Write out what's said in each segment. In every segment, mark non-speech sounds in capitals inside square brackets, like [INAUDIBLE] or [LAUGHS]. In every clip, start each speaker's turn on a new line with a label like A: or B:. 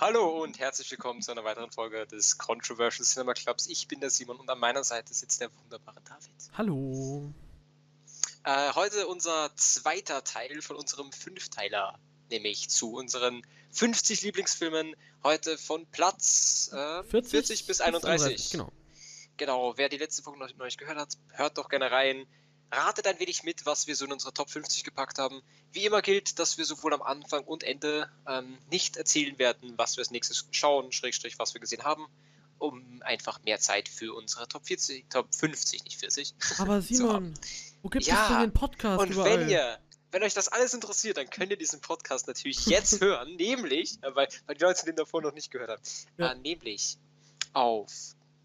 A: Hallo und herzlich willkommen zu einer weiteren Folge des Controversial Cinema Clubs. Ich bin der Simon und an meiner Seite sitzt der wunderbare David.
B: Hallo.
A: Äh, heute unser zweiter Teil von unserem Fünfteiler, nämlich zu unseren 50 Lieblingsfilmen. Heute von Platz äh, 40, bis 31.
B: Genau.
A: Genau, wer die letzte Folge noch, noch nicht gehört hat, hört doch gerne rein. Ratet ein wenig mit, was wir so in unsere Top 50 gepackt haben. Wie immer gilt, dass wir sowohl am Anfang und Ende ähm, nicht erzählen werden, was wir als nächstes schauen, Schrägstrich, was wir gesehen haben, um einfach mehr Zeit für unsere Top 40, Top 50, nicht 40. [LAUGHS]
B: Aber Simon, wo gibt
A: Ja,
B: es denn den Podcast
A: Und
B: überall?
A: wenn ihr, wenn euch das alles interessiert, dann könnt ihr diesen Podcast natürlich
B: [LAUGHS]
A: jetzt hören, nämlich, äh, weil, weil die Leute den davor noch nicht gehört haben,
B: Ja.
A: äh, nämlich auf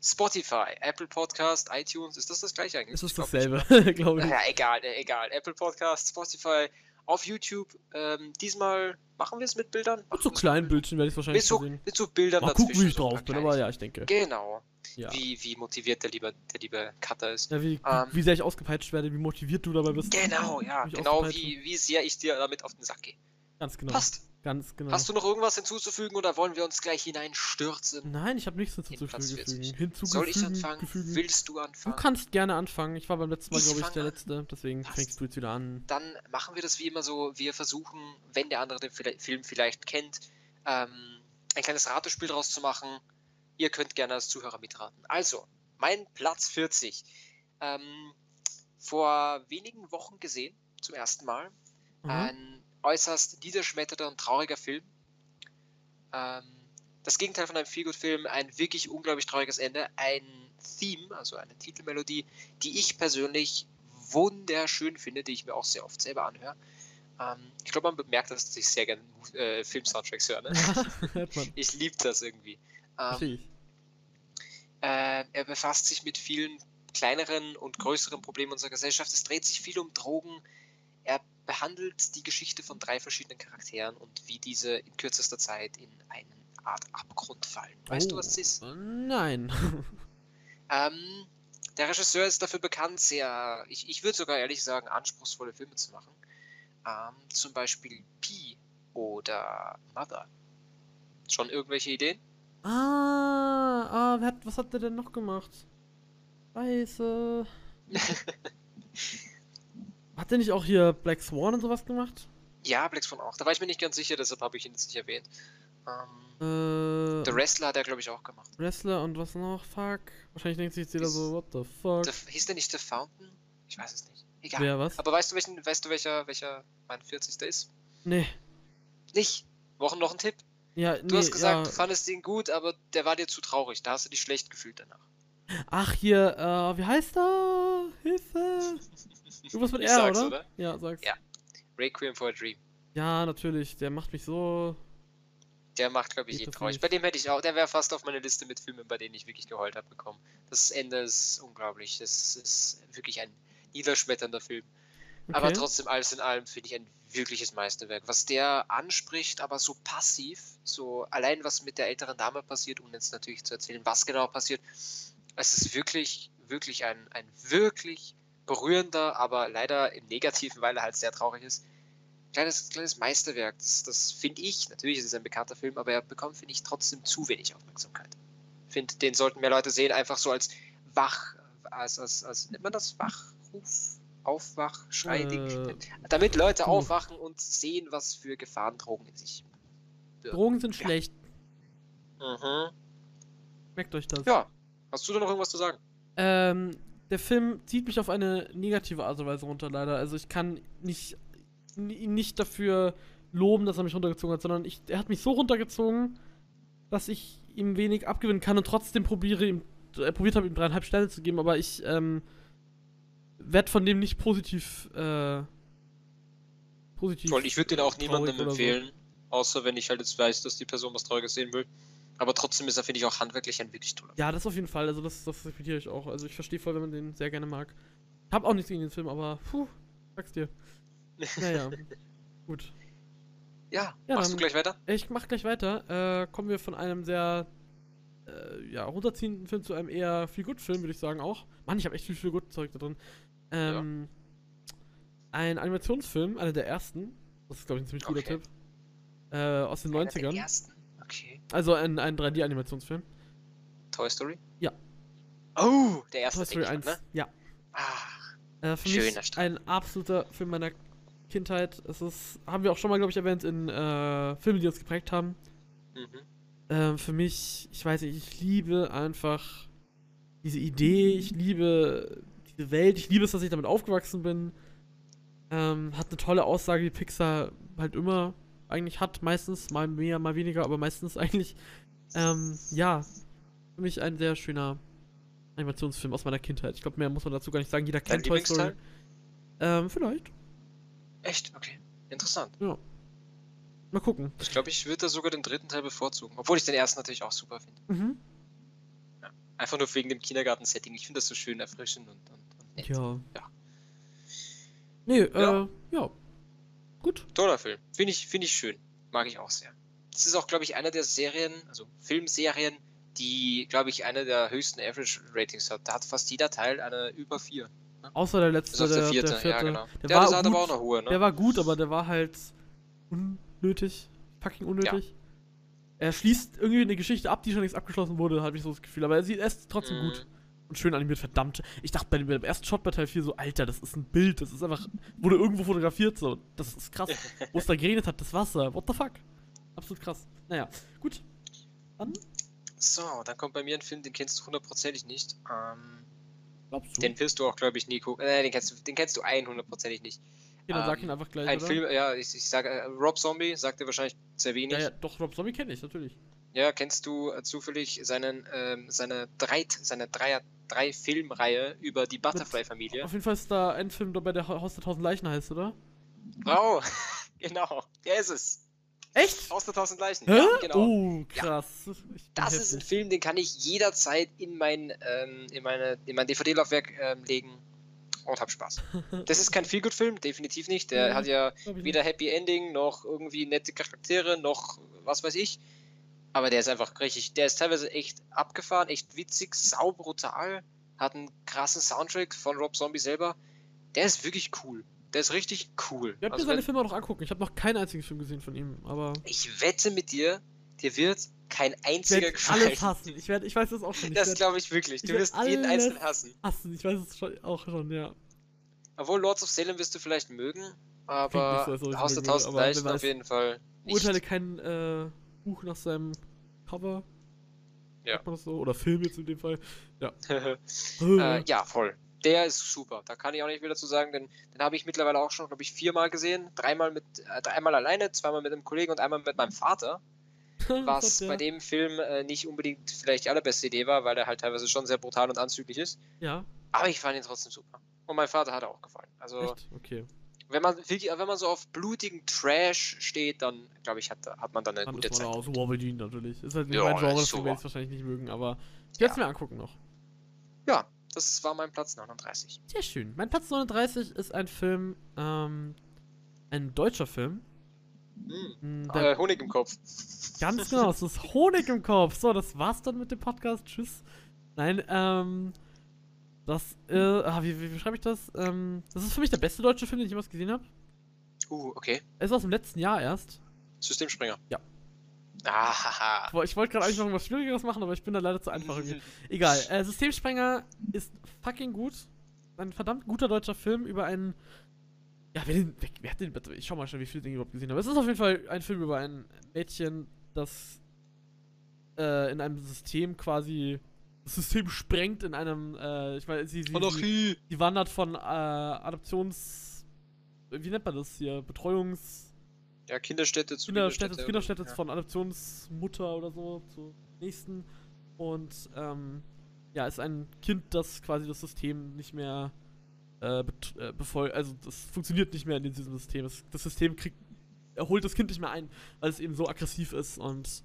A: Spotify, Apple Podcast, iTunes, ist das das gleiche eigentlich?
B: es
A: Ich
B: ist
A: glaub
B: dasselbe, [LAUGHS] glaube ich.
A: ja, egal, äh, egal. Apple Podcast, Spotify, auf YouTube. Ähm, diesmal machen wir es mit Bildern.
B: Mit
A: Machen
B: so
A: wir's
B: kleinen Bildchen werde ich es
A: Mit
B: wahrscheinlich
A: so,
B: sehen.
A: mit so Bildern
B: Mal
A: dazwischen.
B: gucken, wie ich
A: so ein
B: drauf bin,
A: paar
B: aber
A: kleine-
B: ja, ich denke.
A: Genau.
B: Ja.
A: Wie, wie motiviert der liebe, der liebe Cutter ist.
B: Ja, wie,
A: Ähm,
B: wie sehr ich ausgepeitscht werde, wie motiviert du dabei bist.
A: Genau, ja.
B: Mich
A: Genau
B: auszupeitschen.
A: wie, wie sehr ich dir damit auf den Sack gehe.
B: Ganz genau.
A: Passt.
B: Ganz genau.
A: Hast du noch irgendwas hinzuzufügen oder wollen wir uns gleich hineinstürzen?
B: Nein, ich habe nichts
A: Platz 40.
B: hinzuzufügen.
A: Soll ich
B: Hinzugefügen,
A: anfangen?
B: gefügen.
A: Willst du
B: Du
A: anfangen?
B: kannst gerne anfangen. Ich war beim letzten Mal,
A: Ich
B: glaube ich,
A: fang
B: der
A: an.
B: Letzte. Deswegen
A: Passt.
B: fängst du jetzt wieder an.
A: Dann machen wir das wie immer so, wir versuchen, wenn der andere den Fil- Film vielleicht kennt, ähm, ein kleines Ratespiel draus zu machen. Ihr könnt gerne als Zuhörer mitraten. Also, mein Platz 40. Ähm, vor wenigen Wochen gesehen, zum ersten Mal.
B: Mhm.
A: Ein äußerst niederschmetternder und trauriger Film. Ähm, das Gegenteil von einem Feelgood-Film, ein wirklich unglaublich trauriges Ende, ein Theme, also eine Titelmelodie, die ich persönlich wunderschön finde, die ich mir auch sehr oft selber anhöre. Ähm, ich glaube, man bemerkt, das, dass ich sehr gerne äh, Film-Soundtracks höre. Ne?
B: Mhm. [LAUGHS] Hört man.
A: Ich liebe das irgendwie. Ähm,
B: Verstehe ich.
A: äh, er befasst sich mit vielen kleineren und größeren Problemen unserer Gesellschaft. Es dreht sich viel um Drogen. Er behandelt die Geschichte von drei verschiedenen Charakteren und wie diese in kürzester Zeit in eine Art Abgrund fallen. Weißt du, was das ist?
B: Oh, Nein.
A: Ähm, der Regisseur ist dafür bekannt, sehr, ich, ich würde sogar ehrlich sagen, anspruchsvolle Filme zu machen. Ähm, zum Beispiel Pi oder Mother. Schon irgendwelche Ideen?
B: Ah, ah wer hat, was hat der denn noch gemacht? Scheiße. [LAUGHS] hat der nicht auch hier Black Swan und sowas gemacht?
A: Ja, Blacks von auch. Da war ich mir nicht ganz sicher, deshalb habe ich ihn jetzt nicht erwähnt. Ähm,
B: Äh,
A: The Wrestler hat er, glaube ich, auch gemacht.
B: Wrestler und was noch? Fuck. Wahrscheinlich denkt sich jetzt jeder so, what the fuck?
A: The, hieß der nicht The Fountain? Ich weiß es nicht. Egal.
B: Wer was?
A: Aber weißt du, welchen, weißt du, welcher, welcher mein 40. ist?
B: Nee.
A: Nicht. Wochen noch ein Tipp.
B: Ja,
A: Du
B: nee,
A: hast gesagt, du
B: ja.
A: fandest ihn gut, aber der war dir zu traurig. Da hast du dich schlecht gefühlt danach.
B: Ach, hier, äh, wie heißt er? Hilfe! Du bist mit
A: Ich
B: R,
A: sag's,
B: oder?
A: oder?
B: Ja, sag's.
A: Ja. Requiem for a Dream.
B: ja, natürlich. Der macht mich so.
A: Der macht, glaube ich,
B: Geht
A: jeden
B: das
A: traurig.
B: nicht?
A: Bei dem hätte ich auch, der wäre fast auf meine Liste mit Filmen, bei denen ich wirklich geheult habe, gekommen. Das Ende ist unglaublich. Das ist wirklich ein niederschmetternder Film.
B: Okay.
A: Aber trotzdem, alles in allem, finde ich ein wirkliches Meisterwerk. Was der anspricht, aber so passiv, so allein was mit der älteren Dame passiert, um jetzt natürlich zu erzählen, was genau passiert. Es ist wirklich, wirklich ein, ein wirklich berührender, aber leider im negativen, weil er halt sehr traurig ist. Kleines, kleines Meisterwerk, das, das finde ich, natürlich ist es ein bekannter Film, aber er bekommt, finde ich, trotzdem zu wenig Aufmerksamkeit. Finde, den sollten mehr Leute sehen, einfach so als Wach, als, als, als nennt man das Wachruf, Aufwach, Schreiding.
B: Äh,
A: Damit Leute
B: Puh.
A: aufwachen und sehen, was für Gefahren Drogen in sich.
B: Drogen sind
A: Ja.
B: schlecht.
A: Mhm.
B: Merkt euch das.
A: Ja. Hast du da noch irgendwas zu sagen?
B: Ähm, der Film zieht mich auf eine negative Art und Weise runter, leider. Also ich kann nicht, n- ihn nicht dafür loben, dass er mich runtergezogen hat, sondern ich, er hat mich so runtergezogen, dass ich ihm wenig abgewinnen kann und trotzdem probiere ihm, äh, probiert habe, ihm dreieinhalb Sterne zu geben, aber ich ähm, werde von dem nicht positiv. Äh, positiv.
A: Voll, ich würde den
B: äh,
A: auch niemandem
B: traurig oder so.
A: empfehlen, außer wenn ich halt jetzt weiß, dass die Person was Trauriges sehen will. Aber trotzdem ist er, finde ich, auch handwerklich ein wirklich toller.
B: Ja, das auf jeden Fall. Also das, das respektiere ich auch. Also ich verstehe voll, wenn man den sehr gerne mag. Ich hab auch nichts gegen den Film, aber puh, sag's dir. Naja, gut.
A: Ja,
B: Ja,
A: machst du
B: dann-
A: gleich weiter?
B: Ich mach gleich weiter. Äh, kommen wir von einem sehr äh, ja, runterziehenden Film zu einem eher viel gut Film, würde ich sagen auch. Mann, ich habe echt viel viel gut Zeug da drin. Ähm, Ein Animationsfilm, einer der ersten. Das ist glaube ich ein ziemlich guter
A: Okay.
B: Tipp. Äh, aus den 90ern.
A: ersten. Okay.
B: Also ein, ein 3D-Animationsfilm.
A: Toy Story?
B: Ja.
A: Oh, der erste
B: Toy Story
A: denke ich
B: 1.
A: mal, ne?
B: Ja.
A: Ah,
B: Äh, für
A: Schöner
B: mich
A: Stoff.
B: ein absoluter Film meiner Kindheit. Es ist, haben wir auch schon mal, glaube ich, erwähnt in äh, Filmen, die uns geprägt haben.
A: mhm.
B: Ähm, für mich, ich weiß nicht, ich liebe einfach diese Idee, ich liebe diese Welt, ich liebe es, dass ich damit aufgewachsen bin. Ähm, hat eine tolle Aussage, die Pixar halt immer eigentlich hat, meistens, mal mehr, mal weniger, aber meistens [LAUGHS] eigentlich. Ähm, ja, für mich ein sehr schöner Animationsfilm aus meiner Kindheit. Ich glaube, mehr muss man dazu gar nicht sagen. Jeder
A: Dein
B: kennt Toy Story.
A: Lieblingsteil?
B: Ähm, vielleicht.
A: Echt? Okay. Interessant.
B: Mal gucken.
A: Ich glaube, ich würde da sogar den dritten Teil bevorzugen. Obwohl ich den ersten natürlich auch super finde.
B: Mhm.
A: Einfach nur wegen dem Kindergarten-Setting. Ich finde das so schön erfrischend und, und, und nett.
B: Ja.
A: Ja.
B: Nee,
A: Ja.
B: äh, ja. Gut.
A: Toller Film. Finde ich, finde ich schön. Mag ich auch sehr. Es ist auch, glaube ich, einer der Serien, also Filmserien, die, glaube ich, eine der höchsten Average-Ratings hat. Da hat fast jeder Teil eine über vier.
B: Außer der letzte,
A: Bis auf
B: Also der,
A: der vierte. Ja, genau.
B: Der,
A: ja,
B: war
A: das hat
B: gut,
A: aber auch eine hohe, ne?
B: der war gut, aber der war halt unnötig. Fucking unnötig. Er schließt irgendwie eine Geschichte ab, die schon längst abgeschlossen wurde, habe ich so das Gefühl. Aber er sieht er ist trotzdem
A: Mhm.
B: gut und schön animiert, verdammt. Ich dachte bei dem, bei dem ersten Shot bei Teil 4 so, Alter, das ist ein Bild, das ist einfach, wurde irgendwo fotografiert, so. Das
A: [LAUGHS]
B: ist krass. Wo es da geregnet hat, das Wasser. What the fuck? Absolut krass. Naja, gut.
A: So, dann kommt bei mir ein Film, den kennst du hundertprozentig nicht. Ähm,
B: Glaubst du?
A: den wirst du auch, glaube ich, nie gucken. Äh, den kennst du, den kennst du 100%ig nicht.
B: okay, dann sag
A: ähm,
B: ihn einfach gleich,
A: Ein
B: oder?
A: Film, ja, ich, ich sage, äh, Rob Zombie sagt dir wahrscheinlich sehr wenig.
B: ja, ja, doch, Rob Zombie kenne ich, natürlich.
A: Ja, kennst du äh, zufällig seinen, ähm, seine drei, seine Dreier, drei Filmreihe über die Butterfly-Familie?
B: Auf jeden Fall ist da ein Film dabei, der Haus der tausend Leichen heißt, oder?
A: Oh, [LAUGHS] genau, der ist es.
B: Echt?
A: Aus der Tausend Leichen.
B: Hä?
A: Ja, genau.
B: Oh, krass. Ich bin
A: Das ist ein
B: heftig.
A: Film, den kann ich jederzeit in mein, ähm, in meine, in mein DVD-Laufwerk ähm, legen und hab
B: [LAUGHS]
A: Spaß. Das ist kein Feelgood-Film, definitiv nicht. Der
B: Mhm.
A: hat ja
B: Glaub ich
A: weder Happy Ending noch irgendwie nette Charaktere noch was weiß ich. Aber der ist einfach richtig, der ist teilweise echt abgefahren, echt witzig, saubrutal, hat einen krassen Soundtrack von Rob Zombie selber. Der ist wirklich cool. Der ist richtig cool.
B: nicht. Ich werde mir
A: Also
B: seine
A: wenn-
B: Filme noch angucken. Ich habe noch keinen einzigen Film gesehen von ihm, aber
A: ich wette mit dir, dir wird kein
B: ich
A: einziger
B: werde
A: gefallen. [LAUGHS]
B: alles hassen. Ich, werd, ich weiß das auch schon. Ich
A: Das
B: werde
A: glaube ich wirklich.
B: ich
A: Du
B: werd
A: wirst jeden
B: alles-
A: einzelnen hassen.
B: hassen. Ich weiß es schon, auch schon, ja.
A: Obwohl Lords of Salem wirst du vielleicht mögen, aber
B: Klingt nicht so, als ob ich
A: Haus der
B: mögen würde,
A: Tausend
B: aber wer
A: Leichen
B: weiß.
A: auf jeden Fall nicht. [LAUGHS]
B: Urteile kein äh, Buch nach seinem Cover.
A: Ja.
B: Sagt man das so? Oder Film jetzt in dem Fall. [LAUGHS]
A: äh,
B: Mhm.
A: ja, voll. Der ist super. Da kann ich auch nicht wieder zu sagen, denn den habe ich mittlerweile auch schon, glaube ich, viermal gesehen. Dreimal mit, äh, dreimal alleine, zweimal mit einem Kollegen und einmal mit meinem Vater.
B: Mhm.
A: Was bei dem Film äh, nicht unbedingt vielleicht die allerbeste Idee war, weil er halt teilweise schon sehr brutal und anzüglich ist.
B: Ja,
A: Aber ich fand ihn trotzdem super. Und mein Vater hat er auch gefallen. Also,
B: echt? Okay.
A: wenn man wirklich, wenn man so auf blutigen Trash steht, dann glaube ich, hat, hat man dann eine
B: Dann
A: gute
B: ist man
A: Zeit.
B: auch so Wobbledeen natürlich. Ist halt nicht
A: Ja,
B: mein Genre,
A: ist
B: deswegen
A: super.
B: werde ich es wahrscheinlich nicht mögen, aber ich werde es
A: Ja.
B: mir angucken noch.
A: Ja, das war mein Platz 39.
B: Sehr schön. Mein Platz 39 ist ein Film, ähm, ein deutscher Film.
A: Hm.
B: Mm, Der,
A: Äh, Honig im Kopf.
B: Ganz genau, es ist Honig im Kopf. So, das war's dann mit dem Podcast. Tschüss. Nein, ähm, das, äh, ah, wie, wie beschreibe ich das? Ähm, das ist für mich der beste deutsche Film, den ich jemals gesehen habe.
A: Uh, okay.
B: Er ist aus dem letzten Jahr erst.
A: Systemspringer.
B: Ja.
A: Ahaha.
B: Ich woll- Ich wollte gerade eigentlich noch was Schwierigeres machen, aber ich bin da leider zu einfach irgendwie. Egal, äh, Systemsprenger ist fucking gut. Ein verdammt guter deutscher Film über einen. Ja, wer, den, wer, wer hat den. Ich schau mal schon, wie viele Dinge überhaupt gesehen habe. Es ist auf jeden Fall ein Film über ein Mädchen, das äh, in einem System quasi. Das System sprengt in einem. Äh, ich meine, sie, sie, sie,
A: Anarchie.
B: sie wandert von äh, Adoptions. Wie nennt man das hier? Betreuungs.
A: Ja, Kinderstädte zu ne?
B: Kinderstätte, Kinderstätte
A: ja.
B: von Adoptionsmutter oder so zur nächsten. Und ähm, ja, ist ein Kind, das quasi das System nicht mehr äh, bet- äh, befolgt. Also das funktioniert nicht mehr in diesem System. Es, das System kriegt, er holt das Kind nicht mehr ein, weil es eben so aggressiv ist. Und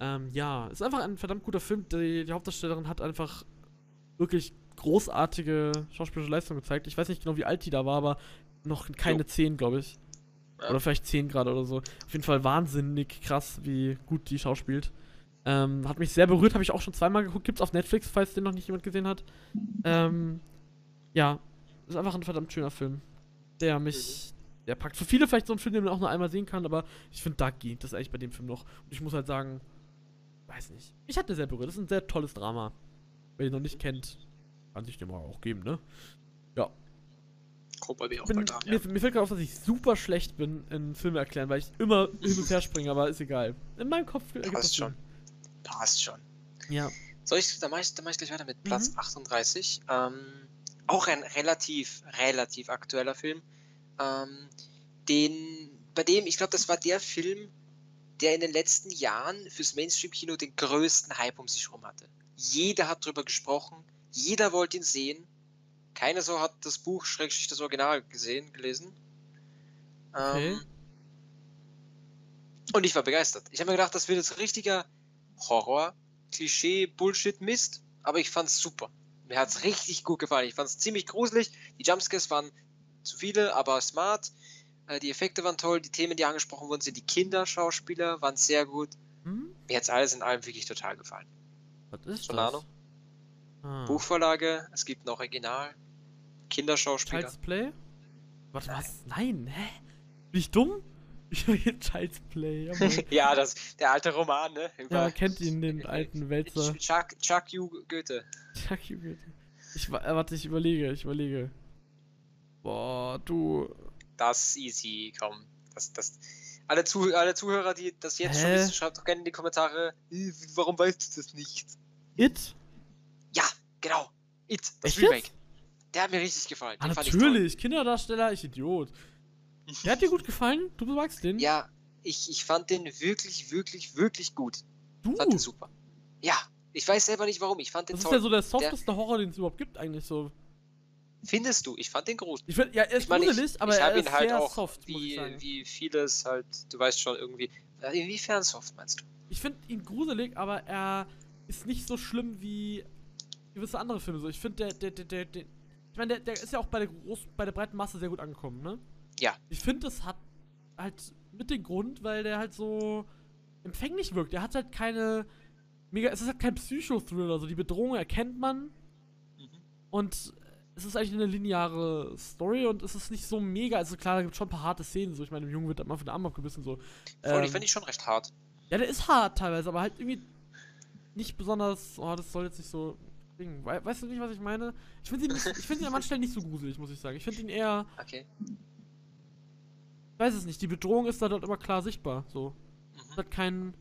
B: ähm, ja, ist einfach ein verdammt guter Film. Die, die Hauptdarstellerin hat einfach wirklich großartige schauspielerische Leistung gezeigt. Ich weiß nicht genau, wie alt die da war, aber noch keine
A: Jo.
B: 10, glaube ich.
A: Ja.
B: Oder vielleicht 10 Grad oder so. Auf jeden Fall wahnsinnig krass, wie gut die schauspielt. Ähm, hat mich sehr berührt, habe ich auch schon zweimal geguckt. Gibt's auf Netflix, falls den noch nicht jemand gesehen hat. Ähm, ja, ist einfach ein verdammt schöner Film. Der mich, der packt. Für viele vielleicht so ein Film, den man auch nur einmal sehen kann, aber ich finde, da geht das eigentlich bei dem Film noch. Und ich muss halt sagen, weiß nicht. Ich hatte sehr berührt. Das ist ein sehr tolles Drama. Wer ihn noch nicht kennt, kann sich dem auch geben, ne? Ja.
A: Kommt bei mir auch
B: Bin,
A: bald dran, ja.
B: mir, mir fällt gerade auf, dass ich super schlecht bin in Filme erklären, weil ich
A: [LAUGHS]
B: immer hin und her springe, aber ist egal. In meinem Kopf ergibt
A: Passt
B: das Sinn.
A: Passt schon.
B: Ja.
A: Soll ich, dann mache ich, dann mach ich gleich weiter mit Platz 38. Ähm, auch ein relativ, relativ aktueller Film. Ähm, den, bei dem, ich glaube, das war der Film, der in den letzten Jahren fürs Mainstream-Kino den größten Hype um sich herum hatte. Jeder hat drüber gesprochen, jeder wollte ihn sehen. Keiner so hat das Buch, Schrägstrich, das Original gesehen, gelesen. Ähm,
B: Okay.
A: Und ich war begeistert. Ich habe mir gedacht, das wird jetzt richtiger Horror, Klischee, Bullshit, Mist, aber ich fand's super. Mir hat's richtig gut gefallen. Ich fand's ziemlich gruselig. Die Jumpscares waren zu viele, aber smart. Äh, Die Effekte waren toll. Die Themen, die angesprochen wurden, sind die Kinderschauspieler, waren sehr gut.
B: Hm?
A: Mir hat's alles in allem wirklich total gefallen.
B: Was ist
A: Solano?
B: das? Ah.
A: Buchvorlage, es gibt ein Original, Kinderschauspieler.
B: Child's Play? Warte, was? Nein, hä? Bin ich dumm? [LAUGHS] Ich war hier Child's
A: [LAUGHS]
B: Play. jawohl.
A: Ja, das, der alte Roman, ne?
B: ja,
A: Über
B: man kennt ihn, den alten Wälzer. [LAUGHS]
A: Chuck, Chuck Yu Goethe.
B: Chucky bitte. Ich, wa- äh, warte, ich überlege, ich überlege. Boah, du.
A: Das ist easy, komm. Das, das. Alle, Zuh alle Zuhörer, die das jetzt schon
B: Hä?
A: wissen, schreibt doch gerne in die Kommentare, "Äh, warum weißt du das nicht?
B: It?
A: Ja, genau. It, das
B: Echt
A: Remake.
B: jetzt?
A: Der hat mir richtig gefallen.
B: Ah,
A: Den fand ich
B: natürlich, Kinderdarsteller, ich Idiot.
A: toll.
B: Der hat dir gut gefallen? Du magst den?
A: Ja, ich, ich fand den wirklich, wirklich, wirklich gut.
B: du.
A: Fand den super. Ja, ich weiß selber nicht warum. Ich fand den
B: Uh. Das ist
A: toll.
B: ja so der softeste Horror, den es überhaupt gibt, eigentlich so.
A: Findest du? Ich fand den gut.
B: Ich find, ja, er ist
A: Ich meine, ich,
B: gruselig,
A: ich
B: aber
A: hab
B: er
A: ihn
B: ist
A: halt
B: sehr
A: auch
B: soft, muss ich
A: wie,
B: sagen.
A: wie vieles halt, du weißt schon, irgendwie. Ja, Inwiefern soft meinst du?
B: Ich finde ihn gruselig, aber er ist nicht so schlimm wie gewisse andere Filme. So, ich finde der, der, der, der, der ich meine, der, der ist ja auch bei der großen, bei der breiten Masse sehr gut angekommen, ne?
A: Ja.
B: Ich finde, das hat halt mit den Grund, weil der halt so empfänglich wirkt. Er hat halt keine mega, es ist halt kein Psychothriller. So die Bedrohung erkennt man
A: Mhm.
B: und es ist eigentlich eine lineare Story und es ist nicht so mega. Also klar, da gibt schon ein paar harte Szenen. So, ich meine, dem Jungen wird am Anfang der Arm abgebissen so.
A: Voll, ich
B: Ähm,
A: fand ihn schon recht hart.
B: ja, der ist hart teilweise, aber halt irgendwie nicht besonders. Oh, das soll jetzt nicht so. klingen. Wei- Weißt du nicht, was ich meine? Ich finde ihn, nicht- ich find ihn an manchen Stellen nicht so gruselig, muss ich sagen. Ich finde ihn eher.
A: Okay.
B: Ich weiß es nicht. Die Bedrohung ist da dort immer klar sichtbar. So. Es
A: Mhm.
B: hat kein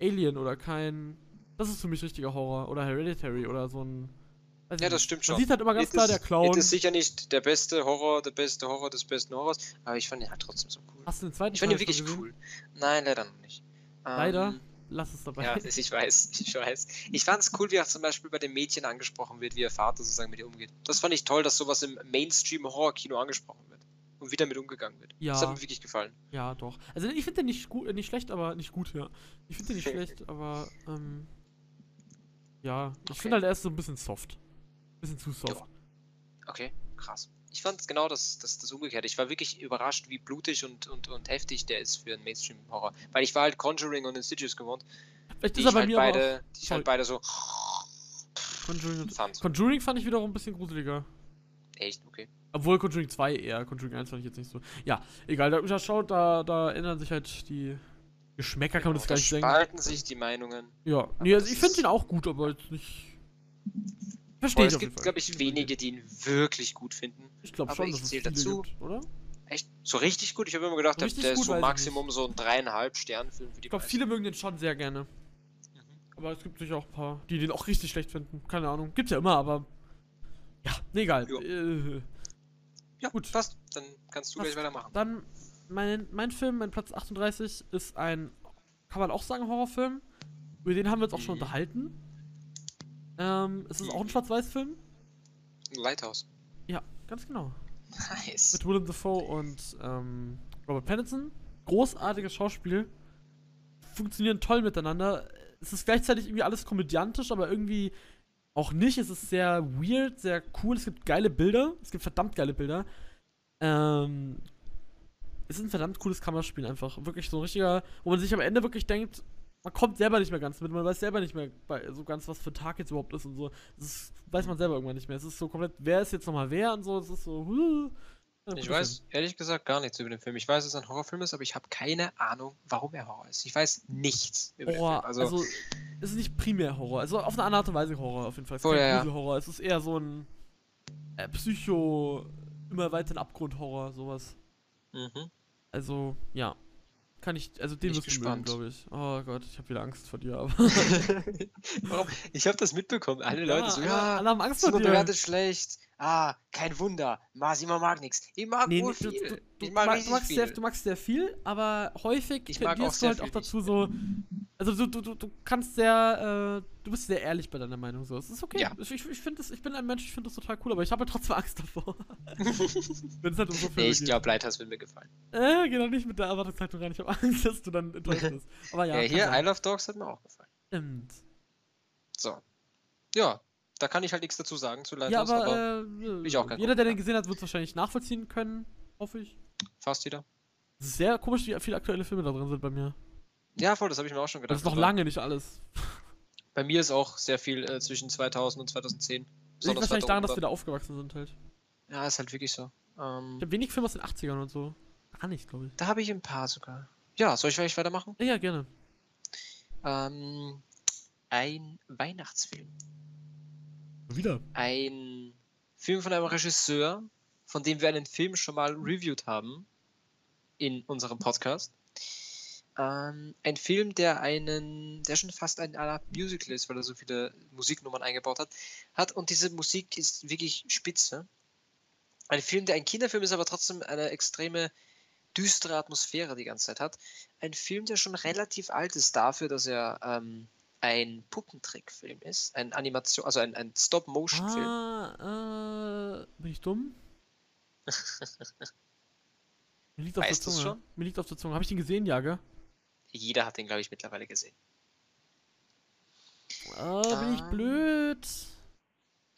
B: Alien oder kein. Das ist für mich richtiger Horror. Oder Hereditary oder so ein. weiß ich
A: Ja, das
B: nicht.
A: stimmt
B: Man
A: schon.
B: sieht halt immer ganz
A: It
B: klar,
A: ist-
B: der Clown.
A: It ist sicher nicht der beste Horror, der beste Horror des besten Horrors, aber ich fand ihn halt trotzdem so cool.
B: Hast du den zweiten
A: Ich fand ihn
B: schon
A: wirklich
B: gesehen?
A: cool. Nein, leider noch nicht. Ähm,
B: Leider? Lass es dabei. [LAUGHS]
A: Ja, [LAUGHS] ich weiß, ich weiß. Ich fand es cool, wie er zum Beispiel bei dem Mädchen angesprochen wird, wie ihr Vater sozusagen mit ihr umgeht. Das fand ich toll, dass sowas im Mainstream-Horror-Kino angesprochen wird und wie damit umgegangen wird.
B: Ja.
A: Das hat mir wirklich gefallen.
B: Ja, doch. Also ich finde den nicht gut, äh, nicht schlecht, aber nicht gut, ja. Ich finde den nicht schlecht, aber ähm, ja, ich
A: Okay.
B: finde halt er ist so ein bisschen soft. Bisschen zu soft.
A: Ja. Okay, krass. Ich fand genau das, das, das Umgekehrte. Ich war wirklich überrascht, wie blutig und, und, und heftig der ist für einen Mainstream-Horror. Weil ich war halt Conjuring und Insidious gewohnt,
B: Vielleicht
A: die ich
B: ist er bei
A: halt
B: mir aber
A: beide, die ich
B: Sorry.
A: halt beide so
B: auch Conjuring, und,
A: fand.
B: Conjuring fand ich wiederum ein bisschen gruseliger.
A: Echt, okay.
B: Obwohl Conjuring 2 eher, Conjuring 1 fand ich jetzt nicht so. Ja, egal, da, da schaut, da, da ändern sich halt die Geschmäcker, kann man das
A: Und Genau,
B: gar
A: da
B: nicht sagen.
A: spalten sich die Meinungen.
B: Ja, nee, also
A: das
B: ich finde
A: ist-
B: ihn auch gut, aber jetzt nicht. Verstehe
A: Boah,
B: ich
A: es
B: auf jeden
A: gibt,
B: Fall.
A: glaube ich, wenige, die ihn wirklich gut finden.
B: Ich glaube
A: aber
B: schon,
A: ich
B: dass es
A: zähl
B: viele
A: dazu.
B: gibt, oder?
A: Echt? So richtig gut? Ich habe immer gedacht, der,
B: Richtig
A: der
B: gut
A: ist so
B: weiß ich
A: Maximum so ein dreieinhalb Sternfilm für die
B: Ich glaube,
A: meisten.
B: viele mögen den schon sehr gerne.
A: Mhm.
B: Aber es gibt sicher auch ein paar, die den auch richtig schlecht finden. Keine Ahnung. Gibt's ja immer, aber. Ja, nee, egal.
A: Ja.
B: Äh,
A: Ja,
B: Gut.
A: gut. Passt. Dann kannst du
B: Passt.
A: gleich weitermachen.
B: dann, mein, mein Film, mein Platz 38, ist ein, kann man auch sagen, Horrorfilm. Über den haben wir uns auch schon
A: Mhm.
B: unterhalten. Ähm, es ist auch ein Schwarz-Weiß-Film. [LAUGHS]
A: Lighthouse.
B: Ja, ganz genau.
A: Nice.
B: Mit Willem Dafoe und ähm, Robert Pattinson. Großartiges Schauspiel. Funktionieren toll miteinander. Es ist gleichzeitig irgendwie alles komödiantisch, aber irgendwie auch nicht. Es ist sehr weird, sehr cool. Es gibt geile Bilder. Es gibt verdammt geile Bilder. Ähm, es ist ein verdammt cooles Kammerspiel einfach. Wirklich so ein richtiger, wo man sich am Ende wirklich denkt, man kommt selber nicht mehr ganz mit, man weiß selber nicht mehr bei, so ganz, was für ein Tag jetzt überhaupt ist und so. Das ist, weiß man selber irgendwann nicht mehr. Es ist so komplett, wer ist jetzt nochmal wer und so. Es ist so, huh. Ja,
A: Ich
B: guter
A: weiß ehrlich gesagt gar nichts über den Film. Ich weiß, dass es ein Horrorfilm ist, aber ich habe keine Ahnung, warum er Horror ist. Ich weiß nichts über
B: Film. Horror.
A: den Film.
B: Also, es ist nicht primär Horror. Also auf eine andere Art und Weise Horror auf jeden Fall. Es ist
A: Voll,
B: kein
A: Oh, ja, ja.
B: Gruselhorror. Es ist eher so ein äh, Psycho, immer weiter in Abgrund Horror, sowas.
A: mhm. [LAUGHS]
B: Also, ja. Kann ich, also den
A: Bin
B: wirst
A: ich
B: du mögen,
A: gespannt.
B: glaube ich. Oh Gott, ich habe wieder Angst vor dir, aber.
A: warum? Ich habe das mitbekommen. Alle
B: Ja, [LAUGHS]
A: Leute so,
B: alle-
A: ja,
B: alle haben Angst vor
A: Super
B: dir.
A: bewertet schlecht. Ah, kein Wunder. Masima mag nichts. Ich mag
B: Nee, nee,
A: nur
B: du,
A: viel.
B: du, du,
A: ich mag
B: mag, du,
A: richtig
B: magst
A: viel.
B: sehr, du magst sehr viel, aber häufig
A: Ich mag auch
B: tendierst du
A: sehr
B: halt
A: viel
B: auch
A: nicht.
B: dazu so. Also du, du, du, du kannst sehr, äh, du bist sehr ehrlich bei deiner Meinung so. Es ist okay.
A: Ja.
B: Ich, ich, ich, find das, ich bin ein Mensch, ich finde das total cool, aber ich habe halt trotzdem Angst
A: [LAUGHS]
B: davor. Wenn es halt um so
A: nee,
B: Filme
A: ich glaube, Lighthouse wird mir gefallen.
B: geht. Äh, geh doch nicht mit der Erwartungshaltung rein. Ich habe Angst, dass du
A: [LAUGHS]
B: dann enttäuscht bist. Aber ja,
A: äh,
B: kann
A: hier, I
B: sein.
A: Love Dogs hat mir auch gefallen.
B: Stimmt.
A: So. Ja, da kann ich halt nichts dazu sagen zu
B: Ja,
A: Lighthouse,
B: aber,
A: aber,
B: äh,
A: ich auch kein
B: jeder, der den
A: Gucker.
B: gesehen hat, wird es wahrscheinlich nachvollziehen können, hoffe ich.
A: fast jeder.
B: Es ist sehr komisch, wie viele aktuelle Filme da drin sind bei mir.
A: Ja, voll, das habe ich mir auch schon gedacht.
B: Das ist noch
A: aber
B: lange nicht alles.
A: Bei mir ist auch sehr viel äh, zwischen 2000 und 2010.
B: Liegt
A: Besonders
B: wahrscheinlich
A: weiter
B: daran, dass wir
A: unten.
B: da aufgewachsen sind halt.
A: Ja, ist halt wirklich so. Ähm,
B: Ich habe wenig Filme aus den 80ern und so. Gar nicht, glaube ich.
A: Da habe ich ein paar sogar. Ja, soll ich vielleicht weitermachen?
B: Ja, gerne.
A: Ähm, ein Weihnachtsfilm.
B: Wieder.
A: Ein Film von einem Regisseur, von dem wir einen Film schon mal reviewed haben in unserem Podcast. Ähm, ein Film, der einen, der schon fast ein aller Musical ist, weil er so viele Musiknummern eingebaut hat, hat. Und diese Musik ist wirklich spitze. Ein Film, der ein Kinderfilm ist, aber trotzdem eine extreme düstere Atmosphäre die ganze Zeit hat. Ein Film, der schon relativ alt ist dafür, dass er ähm, ein Puppentrickfilm ist, ein Animation, also ein, ein Stop-Motion-Film.
B: Ah, äh, bin
A: [LAUGHS]
B: ich dumm? Mir liegt auf
A: Weißt
B: der
A: du's
B: Zunge.
A: schon?
B: Mir liegt auf der Zunge. Habe ich den gesehen, ja, gell?
A: Jeder hat den, glaube ich, mittlerweile gesehen.
B: Äh, bin ich
A: Ah.
B: blöd?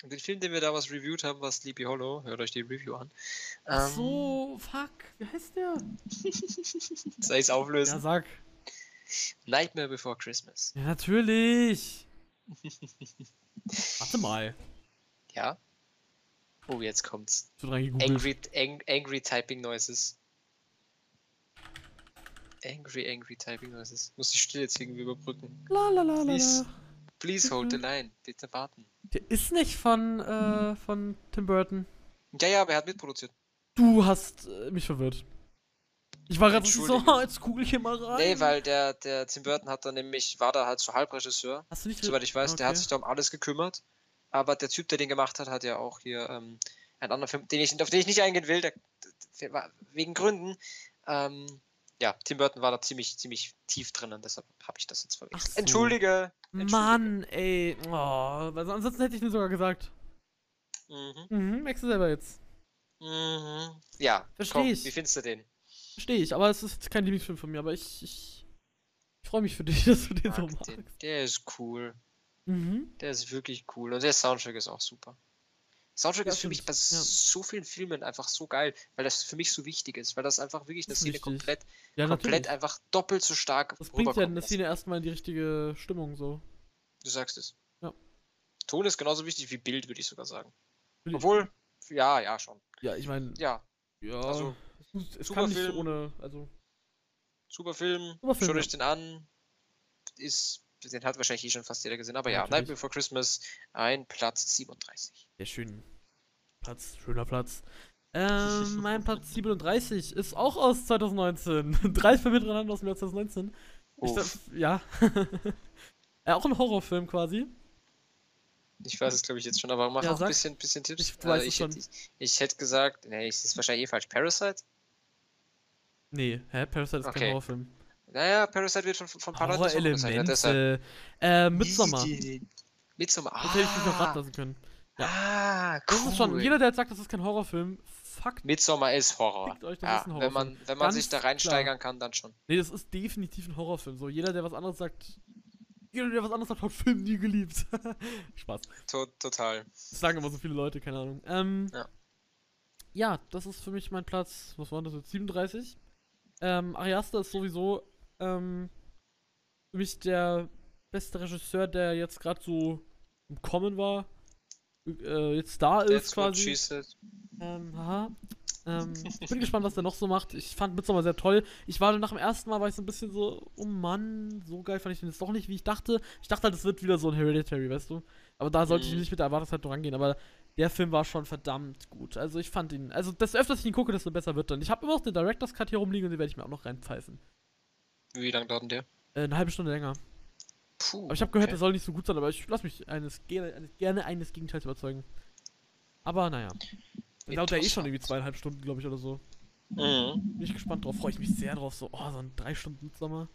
A: Und den Film, den wir damals reviewed haben, war Sleepy Hollow. Hört euch die Review an.
B: Ach
A: Ähm,
B: so, fuck. Wie heißt der?
A: [LAUGHS] Soll ich es
B: Ja,
A: auflösen?
B: sag.
A: Nightmare Before Christmas.
B: Ja, natürlich. [LAUGHS] Warte mal.
A: Ja? Oh, jetzt kommt's.
B: Ich wird reingegoogelt.
A: Angry, ang, angry Typing Noises. Angry, angry Typing Noises. Muss die Stille jetzt irgendwie überbrücken.
B: La, la, la, la,
A: Please.
B: la.
A: Please hold the line. Bitte warten.
B: Der ist nicht von, äh, von Tim Burton.
A: Ja, ja, aber er hat mitproduziert.
B: Du hast äh, mich verwirrt. Ich war gerade so,
A: Entschuldige.
B: jetzt google ich hier mal rein.
A: Nee, weil der, der Tim Burton hat dann nämlich, war da halt so Halbregisseur.
B: Hast du nicht
A: soweit ich weiß, der hat
B: Okay.
A: sich da um alles gekümmert. Aber der Typ, der den gemacht hat, hat ja auch hier ähm, einen anderen Film, den ich, auf den ich nicht eingehen will, der, der war- wegen Gründen. Ähm, ja, Tim Burton war da ziemlich, ziemlich tief drinnen, deshalb habe ich das jetzt verwechselt.
B: Ach so.
A: Entschuldige! Entschuldige.
B: Mann, ey. Oh, also ansonsten hätte ich den sogar gesagt.
A: Mhm.
B: Mhm, merkst du selber jetzt.
A: Mhm. Ja,
B: Versteh
A: komm,
B: ich.
A: wie findest du den?
B: Verstehe ich, aber es ist jetzt kein Lieblingsfilm von mir, aber ich, ich, ich freue mich für dich, [LAUGHS] dass du den so
A: Mag
B: magst.
A: den. Der ist cool.
B: Mhm.
A: Der ist wirklich cool. Und der Soundtrack ist auch super. Soundtrack
B: Ja,
A: ist für mich bei
B: stimmt. Ja.
A: so vielen Filmen einfach so geil, weil das für mich so wichtig ist, weil das einfach wirklich eine
B: Ist
A: Szene
B: wichtig.
A: komplett
B: Ja,
A: komplett
B: natürlich.
A: einfach doppelt so stark
B: Das bringt ja
A: rüberkommen
B: eine
A: lässt.
B: Szene erstmal in die richtige Stimmung, so.
A: Du sagst es.
B: Ja.
A: Ton ist genauso wichtig wie Bild, würde ich sogar sagen.
B: Will ich-
A: Obwohl, ja, ja, schon.
B: Ja, ich meine,
A: Ja,
B: ja.
A: also,
B: es muss- es
A: super
B: kann nicht
A: Film.
B: ohne, also.
A: super Film.
B: Super Film,
A: Schaut
B: ja.
A: euch den an. Ist, den hat wahrscheinlich eh schon fast jeder gesehen, aber
B: Ja,
A: ja,
B: natürlich.
A: Night Before Christmas, ein Platz 37.
B: Sehr schön. Platz, schöner Platz.
A: [LAUGHS]
B: Ähm, mein Platz 37 ist auch aus 2019. [LAUGHS] Drei Filme miteinander aus dem Jahr 2019. Ich
A: Uff,
B: glaub, ja. [LAUGHS] äh, auch ein Horrorfilm quasi.
A: ich weiß es, glaube ich, jetzt schon, aber mach
B: Ja,
A: auch ein
B: sag.
A: bisschen, bisschen Tipps. Äh,
B: Ich weiß es
A: ich,
B: schon.
A: hätte, ich, ich hätte gesagt, nee, es ist wahrscheinlich eh falsch. Parasite?
B: Nee, hä? Parasite ist kein
A: Okay.
B: Horrorfim.
A: Naja, Parasite wird von, von, von ein paar Leuten als Horror bezeichnet, ne, deshalb.
B: Horrorelemente. Äh, Midsommar. Das
A: Midsommar. Ah,
B: hätte ich mich noch raten lassen können.
A: ah, cool.
B: Das ist schon, jeder, der jetzt sagt, das ist kein Horrorfilm, fuck.
A: Midsommer ist Horror.
B: Fickt euch, das
A: Ja,
B: ist ein
A: wenn
B: Horrorfilm.
A: man, wenn man
B: Ganz
A: sich da reinsteigern kann, dann schon.
B: Nee, das ist definitiv ein Horrorfilm. So, jeder, der was anderes sagt. Jeder, der was anderes sagt, hat Film nie geliebt. [LAUGHS] Spaß.
A: To total.
B: Das sagen immer so viele Leute, keine Ahnung. Ähm, ja.
A: Ja.
B: das ist für mich mein Platz, was waren das jetzt, 37? Ähm, Ariaster ist sowieso ähm, für mich der beste Regisseur, der jetzt gerade so im Kommen war, äh, jetzt da ist
A: That's what
B: quasi.
A: she said.
B: Ähm, haha.
A: [LAUGHS]
B: Ähm, ich bin gespannt, was der noch so macht. Ich fand Midsommar sehr toll. Ich war nach dem ersten Mal, war ich so ein bisschen so, oh Mann, so geil fand ich den jetzt doch nicht, wie ich dachte. Ich dachte halt, es wird wieder so ein Hereditary, weißt du? Aber da sollte ich
A: Mhm.
B: nicht mit der Erwartungshaltung rangehen. Aber der Film war schon verdammt gut. Also ich fand ihn, also desto öfter ich ihn gucke, desto besser wird dann. Ich habe immer noch den Director's Cut hier rumliegen und den werde ich mir auch noch reinpfeifen.
A: Wie lange dauert denn der?
B: Äh, eine halbe Stunde länger.
A: Puh.
B: Aber ich habe gehört,
A: okay.
B: der soll nicht so gut sein, aber ich lasse mich eines, gerne, eines, gerne eines Gegenteils überzeugen. Aber naja. Dann dauert der eh schon irgendwie zweieinhalb Stunden, glaube ich, oder so.
A: Mhm.
B: Bin ich gespannt drauf, freue ich mich sehr drauf. So, oh, so ein 3 Stunden
A: [LAUGHS]
B: Sommer.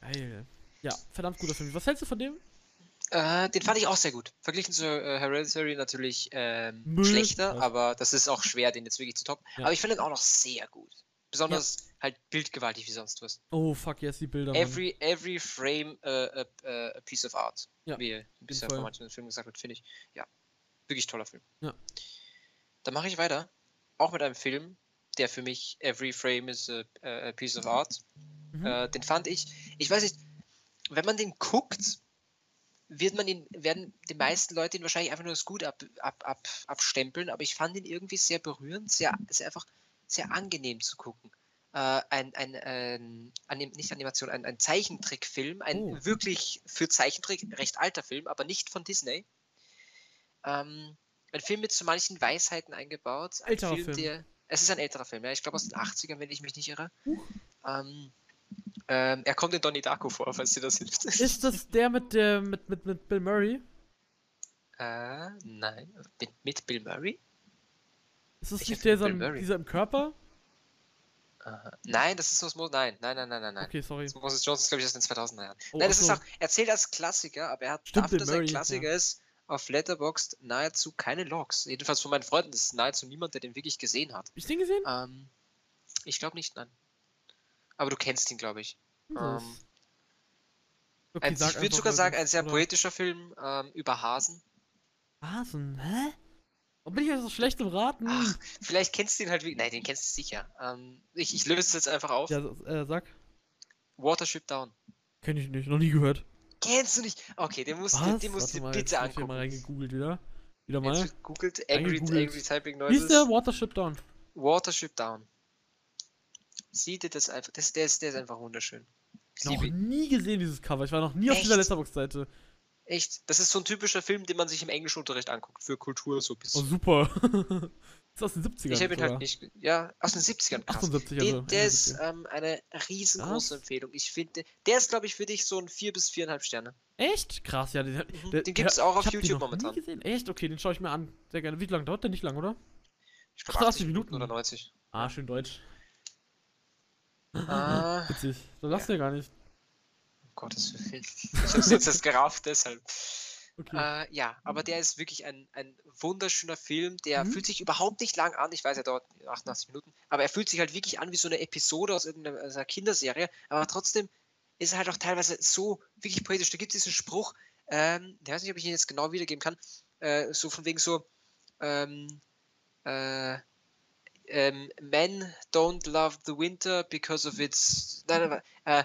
B: Geil. Ja, verdammt guter Film. Was hältst du von dem?
A: Äh, den fand ich auch sehr gut. Verglichen zu äh, Hereditary natürlich ähm,
B: Müll.
A: schlechter,
B: Ja.
A: aber das ist auch schwer, den jetzt wirklich zu toppen.
B: Ja.
A: Aber ich finde ihn auch noch sehr gut. Besonders halt bildgewaltig wie sonst was.
B: Oh, fuck, yes, die Bilder. Mann.
A: Every, every frame äh, a, a- a piece of art.
B: Ja,
A: Wie bisher
B: Fall.
A: von manchen Filmen gesagt wird, finde ich. Ja. Wirklich toller Film.
B: Ja.
A: Dann mache ich weiter. Auch mit einem Film, der für mich Every Frame is a, a a piece of art.
B: Mhm.
A: Äh, den fand ich. Ich weiß nicht, wenn man den guckt, wird man ihn, werden die meisten Leute ihn wahrscheinlich einfach nur als gut ab, ab, ab, abstempeln, aber ich fand ihn irgendwie sehr berührend, sehr, sehr einfach sehr angenehm zu gucken. Äh, ein, ein, ein Anim nicht Animation, ein, ein Zeichentrickfilm, ein
B: Oh.
A: wirklich für Zeichentrick recht alter Film, aber nicht von Disney. Ähm, ein Film mit so manchen Weisheiten eingebaut. Ein
B: Älterer Film.
A: Der, es ist ein älterer Film, ja. Ich glaube aus den 80ern, wenn ich mich nicht irre.
B: Huch.
A: Ähm, ähm, er kommt in Donnie Darko vor, falls dir das hilft.
B: Ist das der mit, der mit, mit, mit Bill Murray?
A: [LAUGHS] äh, nein. Mit, mit Bill Murray?
B: Ist das
A: Ich
B: nicht
A: hab den
B: dieser,
A: Bill Murray.
B: dieser im Körper?
A: Aha. Äh, Nein, das ist Osmosis. Nein, nein, nein, nein, nein, nein.
B: Okay, sorry.
A: Das Moses Jones ist, glaube ich, aus den 2000er Jahren.
B: Oh,
A: nein, das
B: ach
A: ist
B: so.
A: auch, er zählt als Klassiker, aber er hat,
B: Stimmt,
A: dafür,
B: Bill
A: dass er ein
B: Murray,
A: Klassiker ist, auf Letterboxd nahezu keine Logs. Jedenfalls von meinen Freunden ist nahezu niemand, der den wirklich gesehen hat.
B: Hab ich den gesehen?
A: Ähm, ich glaube nicht, nein. Aber du kennst ihn, glaube ich.
B: Das-
A: ähm,
B: Okay,
A: ein,
B: sag
A: ich würde
B: einfach,
A: sogar
B: weil
A: sagen,
B: sonst-
A: ein sehr
B: oder-
A: poetischer Film ähm, über Hasen.
B: Hasen, Ah, hä? Warum bin ich jetzt so schlecht im Raten?
A: Ach, vielleicht kennst du ihn halt wie. Nein, den kennst du sicher. Ähm, ich, ich löse es jetzt einfach auf.
B: ja, s- äh, sag.
A: Watership Down.
B: Kenn ich nicht, noch nie gehört.
A: Kennst du nicht? Okay, den musst du, den musst
B: Warte
A: du
B: mal,
A: dir
B: jetzt
A: bitte
B: hab Ich hier mal
A: angucken.
B: reingegoogelt wieder. Wieder mal.
A: Jetzt gegoogelt, Angry,
B: Eingegoogelt.
A: Angry Typing
B: Wie ist der
A: Noises.
B: Watership Down?
A: Watership Down. Sieh dir das einfach. Das, der, ist, der ist einfach wunderschön. Ich
B: Noch
A: liebe ihn.
B: nie gesehen, dieses Cover. Ich war noch nie auf dieser
A: Echt?
B: Letterbox-Seite.
A: Echt. Das ist so ein typischer Film, den man sich im Englischunterricht anguckt. Für Kultur so ein
B: Oh,
A: bisschen.
B: super. [LAUGHS] ist aus den 70ern.
A: ich habe ihn
B: sogar.
A: halt nicht. ge- Ja, aus den 70ern. Krass.
B: 78
A: Den,
B: also.
A: der
B: 71.
A: ist ähm, eine riesengroße
B: Krass.
A: Empfehlung. Ich finde, der ist, glaube ich, für dich so ein 4 bis 4,5 Sterne.
B: Echt? Krass, ja. Den,
A: äh, Mhm.
B: der-
A: Den gibt es
B: der-
A: auch
B: ich
A: auf
B: hab den
A: YouTube
B: noch
A: momentan.
B: Nie gesehen. Echt? Okay, den schaue ich mir an. Sehr gerne. Wie lange dauert der? Nicht lang, oder?
A: Ich
B: Ach,
A: glaube,
B: 80
A: 80 Minuten
B: Minuten.
A: oder 90.
B: Ah, schön deutsch.
A: Ah, um
B: [LAUGHS] Witzig. Dann lass dir gar nicht.
A: Gottes Willen. Ich habe jetzt erst gerafft, deshalb.
B: Okay.
A: Äh, ja, aber der ist wirklich ein, ein wunderschöner Film. Der
B: Mhm.
A: fühlt sich überhaupt nicht lang an. Ich weiß, er dauert 88 Minuten. Aber er fühlt sich halt wirklich an wie so eine Episode aus irgendeiner aus einer Kinderserie. Aber trotzdem ist er halt auch teilweise so wirklich poetisch. Da gibt es diesen Spruch, ähm, ich weiß nicht, ob ich ihn jetzt genau wiedergeben kann, äh, so von wegen so, ähm, äh, ähm, Men don't love the winter because of its. Nein, nein, äh,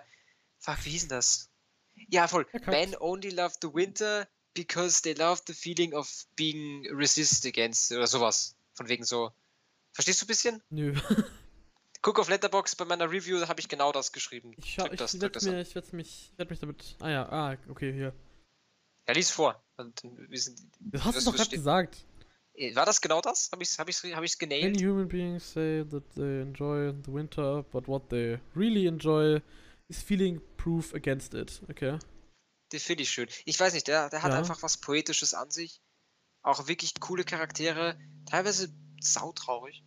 A: fuck, wie hieß denn das? Ja, voll.
B: Ja, Kack.
A: Men only love the winter because they love the feeling of being resist against oder sowas. Von wegen so. Verstehst du ein bisschen?
B: Nö. [LAUGHS]
A: Guck auf Letterbox bei meiner Review, da habe ich genau das geschrieben.
B: Ich, schau,
A: Drück
B: ich,
A: das, drück
B: werd's
A: das an.
B: mir, ich werd's mich, ich werd mich damit. Ah ja, ah, okay, hier.
A: Ja, lies vor. Und dann wissen die-
B: Das hast
A: Das
B: du doch gerade
A: versteht-
B: gesagt.
A: Äh, War das genau das? Habe ich hab ich's, hab ich's
B: Many
A: genailt?
B: human beings say that they enjoy the winter, but what they really enjoy is feeling proof against it. Okay.
A: Den finde ich schön. Ich weiß nicht, der, der hat
B: Ja.
A: einfach was Poetisches an sich. Auch wirklich coole Charaktere. Teilweise sautraurig.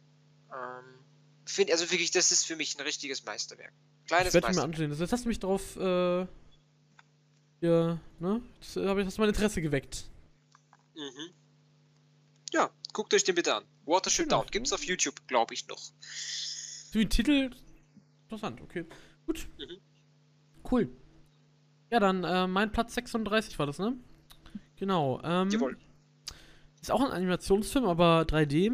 A: Ähm, find, also wirklich, das ist für mich ein richtiges Meisterwerk.
B: Ich
A: Kleines
B: werde mir
A: Meisterwerk.
B: ansehen. Das- Jetzt hast du mich drauf, äh, ja, ne? Das hab ich, hast du mein Interesse geweckt.
A: Mhm. Ja, guckt euch den bitte an. Watership
B: Schön
A: Down
B: auf-
A: gibt's auf YouTube, glaube ich, noch.
B: Für den Titel, interessant, okay. Gut.
A: Mhm.
B: Cool. Ja, dann, äh, mein Platz 36 war das, ne? Genau, ähm,
A: Jawohl.
B: ist auch ein Animationsfilm, aber 3D.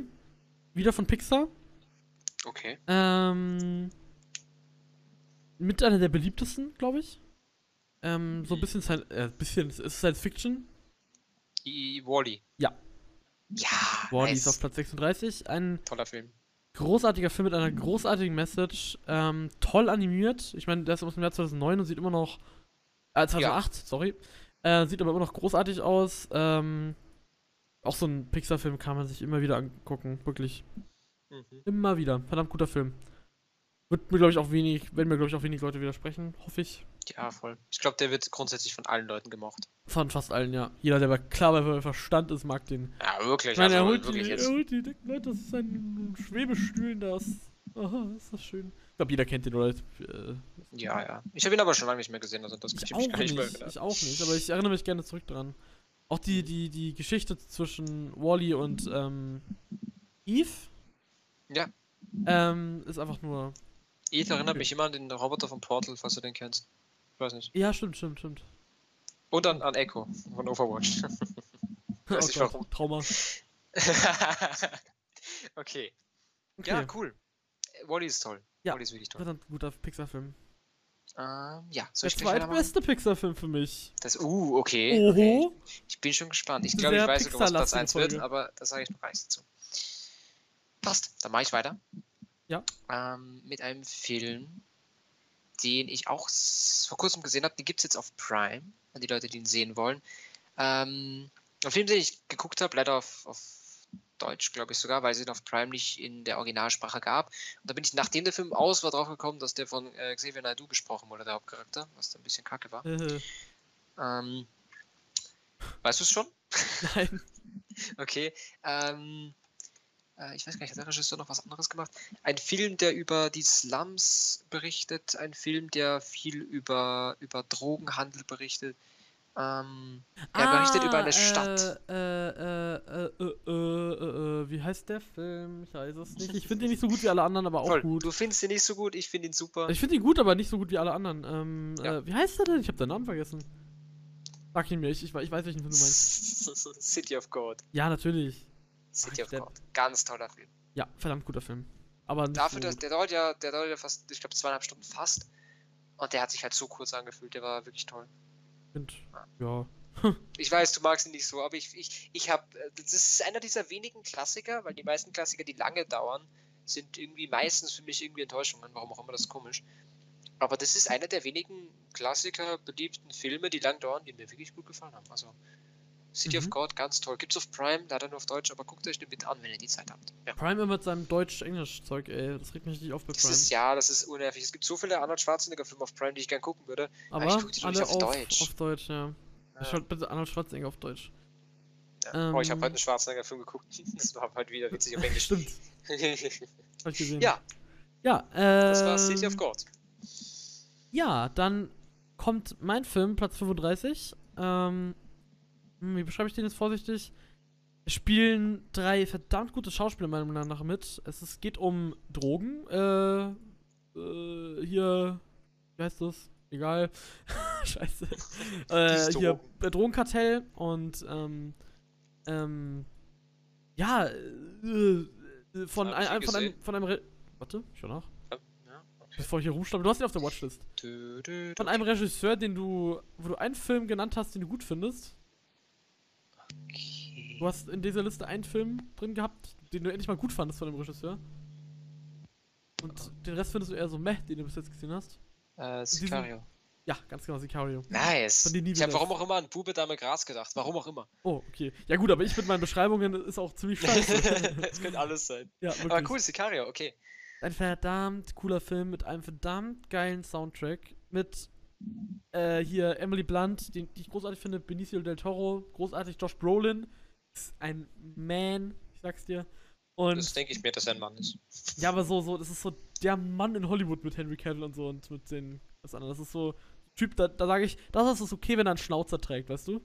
B: Wieder von Pixar.
A: Okay.
B: Ähm, mit einer der beliebtesten, glaube ich. Ähm, so ein bisschen, Sci- äh, bisschen es ist Science Fiction.
A: I Wally.
B: Ja.
A: Ja,
B: Boah, die
A: nice.
B: ist auf Platz 36. Ein
A: toller Film.
B: großartiger Film mit einer großartigen Message. Ähm, toll animiert. Ich meine, der ist aus dem Jahr 2009 und sieht immer noch. Äh, 2008, sorry. Äh, sieht aber immer noch großartig aus. Ähm, auch so ein Pixar-Film kann man sich immer wieder angucken. Wirklich.
A: Mhm.
B: Immer wieder. Verdammt guter Film. Wird mir, glaube ich, auch wenig, werden mir, glaube ich, auch wenig Leute widersprechen, hoffe ich.
A: Ja, voll. Ich glaube, der wird grundsätzlich von allen Leuten gemocht.
B: Von fast allen, ja. Jeder, der bei klar bei Verstand ist, mag den.
A: Ja, wirklich.
B: Ich meine, er
A: also,
B: holt, die,
A: wirklich
B: er
A: jetzt.
B: holt die dicken Leute, das ist ein Schwebestühlen, das. Aha, ist das schön. Ich glaube, jeder kennt den, oder? Äh,
A: Ja, ja. Ich habe ihn aber schon lange nicht mehr gesehen, also das kann
B: ich
A: ich
B: auch
A: mich gar nicht
B: nicht.
A: mehr
B: Ich
A: erinnern.
B: auch nicht, aber ich erinnere mich gerne zurück dran. Auch die, die, die Geschichte zwischen Wally und ähm, Eve.
A: Ja.
B: Ähm, ist einfach nur.
A: Eth erinnert mich immer an den Roboter von Portal, falls du den kennst. Ich weiß nicht.
B: Ja, stimmt, stimmt, stimmt.
A: Und an, an Echo von Overwatch. [LAUGHS] Weiß nicht,
B: Oh Gott,
A: warum.
B: Trauma.
A: okay.
B: Okay.
A: Ja, cool. Wally ist toll.
B: Ja.
A: Wally ist wirklich toll.
B: Verdammt guter Pixar-Film.
A: Ähm, ja, soll
B: Der
A: ich gleich weitermachen?
B: zweitbeste Pixar-Film für mich.
A: Das, uh, okay. okay.
B: Oho.
A: Ich bin schon gespannt. Ich
B: Sehr
A: glaube, ich weiß sogar, was Platz
B: Pixar-lastige
A: 1 wird,
B: Folge.
A: aber da sage ich noch gar nichts dazu. Passt, dann mache ich weiter.
B: Ja.
A: Ähm, mit einem Film, den ich auch s- vor kurzem gesehen habe. Den gibt es jetzt auf Prime, an die Leute, die ihn sehen wollen. Ähm, ein Film, den ich geguckt habe, leider auf, auf Deutsch, glaube ich sogar, weil es ihn auf Prime nicht in der Originalsprache gab. Und da bin ich, nachdem der Film aus war, draufgekommen, dass der von äh, Xavier Naidoo gesprochen wurde, der Hauptcharakter, was da ein bisschen kacke war.
B: Äh,
A: Ähm, weißt du es schon?
B: [LAUGHS] nein.
A: Okay. Ähm, äh, ich weiß gar nicht, hat der Regisseur noch was anderes gemacht? Ein Film, der über die Slums berichtet, ein Film, der viel über, über Drogenhandel berichtet. Ähm, er berichtet über eine Stadt.
B: Ah, Äh, äh, äh, äh, äh, äh, äh, wie heißt der Film? Ich weiß es nicht. Ich finde ihn nicht so gut wie alle anderen, aber auch
A: Voll.
B: gut.
A: Du findest ihn nicht so gut, ich finde ihn super.
B: Ich finde ihn gut, aber nicht so gut wie alle anderen. Ähm,
A: Ja.
B: äh, wie heißt der denn? Ich habe den Namen vergessen. Sag ihn mir, ich, ich, we- ich weiß, welchen Film du meinst.
A: [LAUGHS] City of God.
B: Ja, natürlich.
A: City
B: ich
A: of
B: glaub-
A: God. Ganz toller Film.
B: Ja, verdammt guter Film. Aber nicht
A: Dafür,
B: so
A: dass
B: gut.
A: der dauert ja, der dauert ja fast, ich glaube, zweieinhalb Stunden fast. Und der hat sich halt so kurz angefühlt, der war wirklich toll.
B: Find, ja.
A: Ich weiß, du magst ihn nicht so, aber ich, ich, ich habe, das ist einer dieser wenigen Klassiker, weil die meisten Klassiker, die lange dauern, sind irgendwie meistens für mich irgendwie Enttäuschungen, warum auch immer das ist komisch. Aber das ist einer der wenigen Klassiker beliebten Filme, die lang dauern, die mir wirklich gut gefallen haben. Also City of
B: Mhm.
A: God, ganz toll. Gibt's auf Prime, leider nur auf Deutsch, aber guckt euch den bitte an, wenn ihr die Zeit habt. Ja.
B: Prime immer mit seinem Deutsch-Englisch-Zeug, ey. Das regt mich nicht auf bei
A: Das
B: Prime.
A: ist ja, das ist unnervig. Es gibt so viele Arnold Schwarzenegger-Filme auf Prime, die ich gern gucken würde.
B: aber
A: ich guck die doch
B: alle
A: nicht
B: auf,
A: auf Deutsch.
B: auf Deutsch, ja.
A: Ja.
B: Schaut bitte Arnold Schwarzenegger auf Deutsch.
A: Ja. oh, ich habe
B: Ähm.
A: heute einen Schwarzenegger-Film geguckt. [LAUGHS] Das war heute wieder witzig auf Englisch. [LAUGHS]
B: Stimmt, hab ich gesehen.
A: ja,
B: Ja, äh.
A: das war City of God.
B: Ja, dann kommt mein Film, Platz 35. Ähm, hm, wie beschreibe ich den jetzt vorsichtig? Es spielen drei verdammt gute Schauspieler meiner Meinung nach mit. Es ist, geht um Drogen. Äh, äh, hier, wie heißt das? Egal. [LAUGHS] Scheiße. äh,
A: Dieses
B: hier,
A: Drogen.
B: äh, Drogenkartell und ähm, ähm, ja, äh, äh, von,
A: Hab
B: ein,
A: ich nie
B: ein, von einem,
A: gesehen.
B: von einem, Re warte, ich schau nach,
A: Ja, okay.
B: bevor ich hier rumstamme, du hast ihn auf der Watchlist.
A: Dö, dö,
B: Von einem Regisseur, den du, wo du einen Film genannt hast, den du gut findest.
A: okay.
B: Du hast in dieser Liste einen Film drin gehabt, den du endlich mal gut fandest von dem Regisseur. Und den Rest findest du eher so meh, den du bis jetzt gesehen hast.
A: Äh,
B: diesen-
A: Sicario.
B: Ja, ganz genau, Sicario.
A: Nice.
B: Von denen nie
A: Ich habe
B: wieder.
A: warum auch immer an Bube Dame Gras gedacht. Warum auch immer.
B: Oh, okay. Ja gut, aber ich mit meinen Beschreibungen ist auch ziemlich scheiße.
A: [LAUGHS] Es könnte alles sein.
B: ja, wirklich.
A: Aber cool, Sicario, okay.
B: Ein verdammt cooler Film mit einem verdammt geilen Soundtrack. Mit äh, hier Emily Blunt, den, die ich großartig finde, Benicio del Toro, großartig Josh Brolin. Ist ein Man, ich sag's dir.
A: das
B: Und
A: denke ich mir, dass er ein Mann ist.
B: ja, aber so, so, das ist so der Mann in Hollywood mit Henry Cavill und so und mit den was anderes. Das ist so Typ, da, da sage ich, das ist es okay, wenn er einen Schnauzer trägt, weißt du?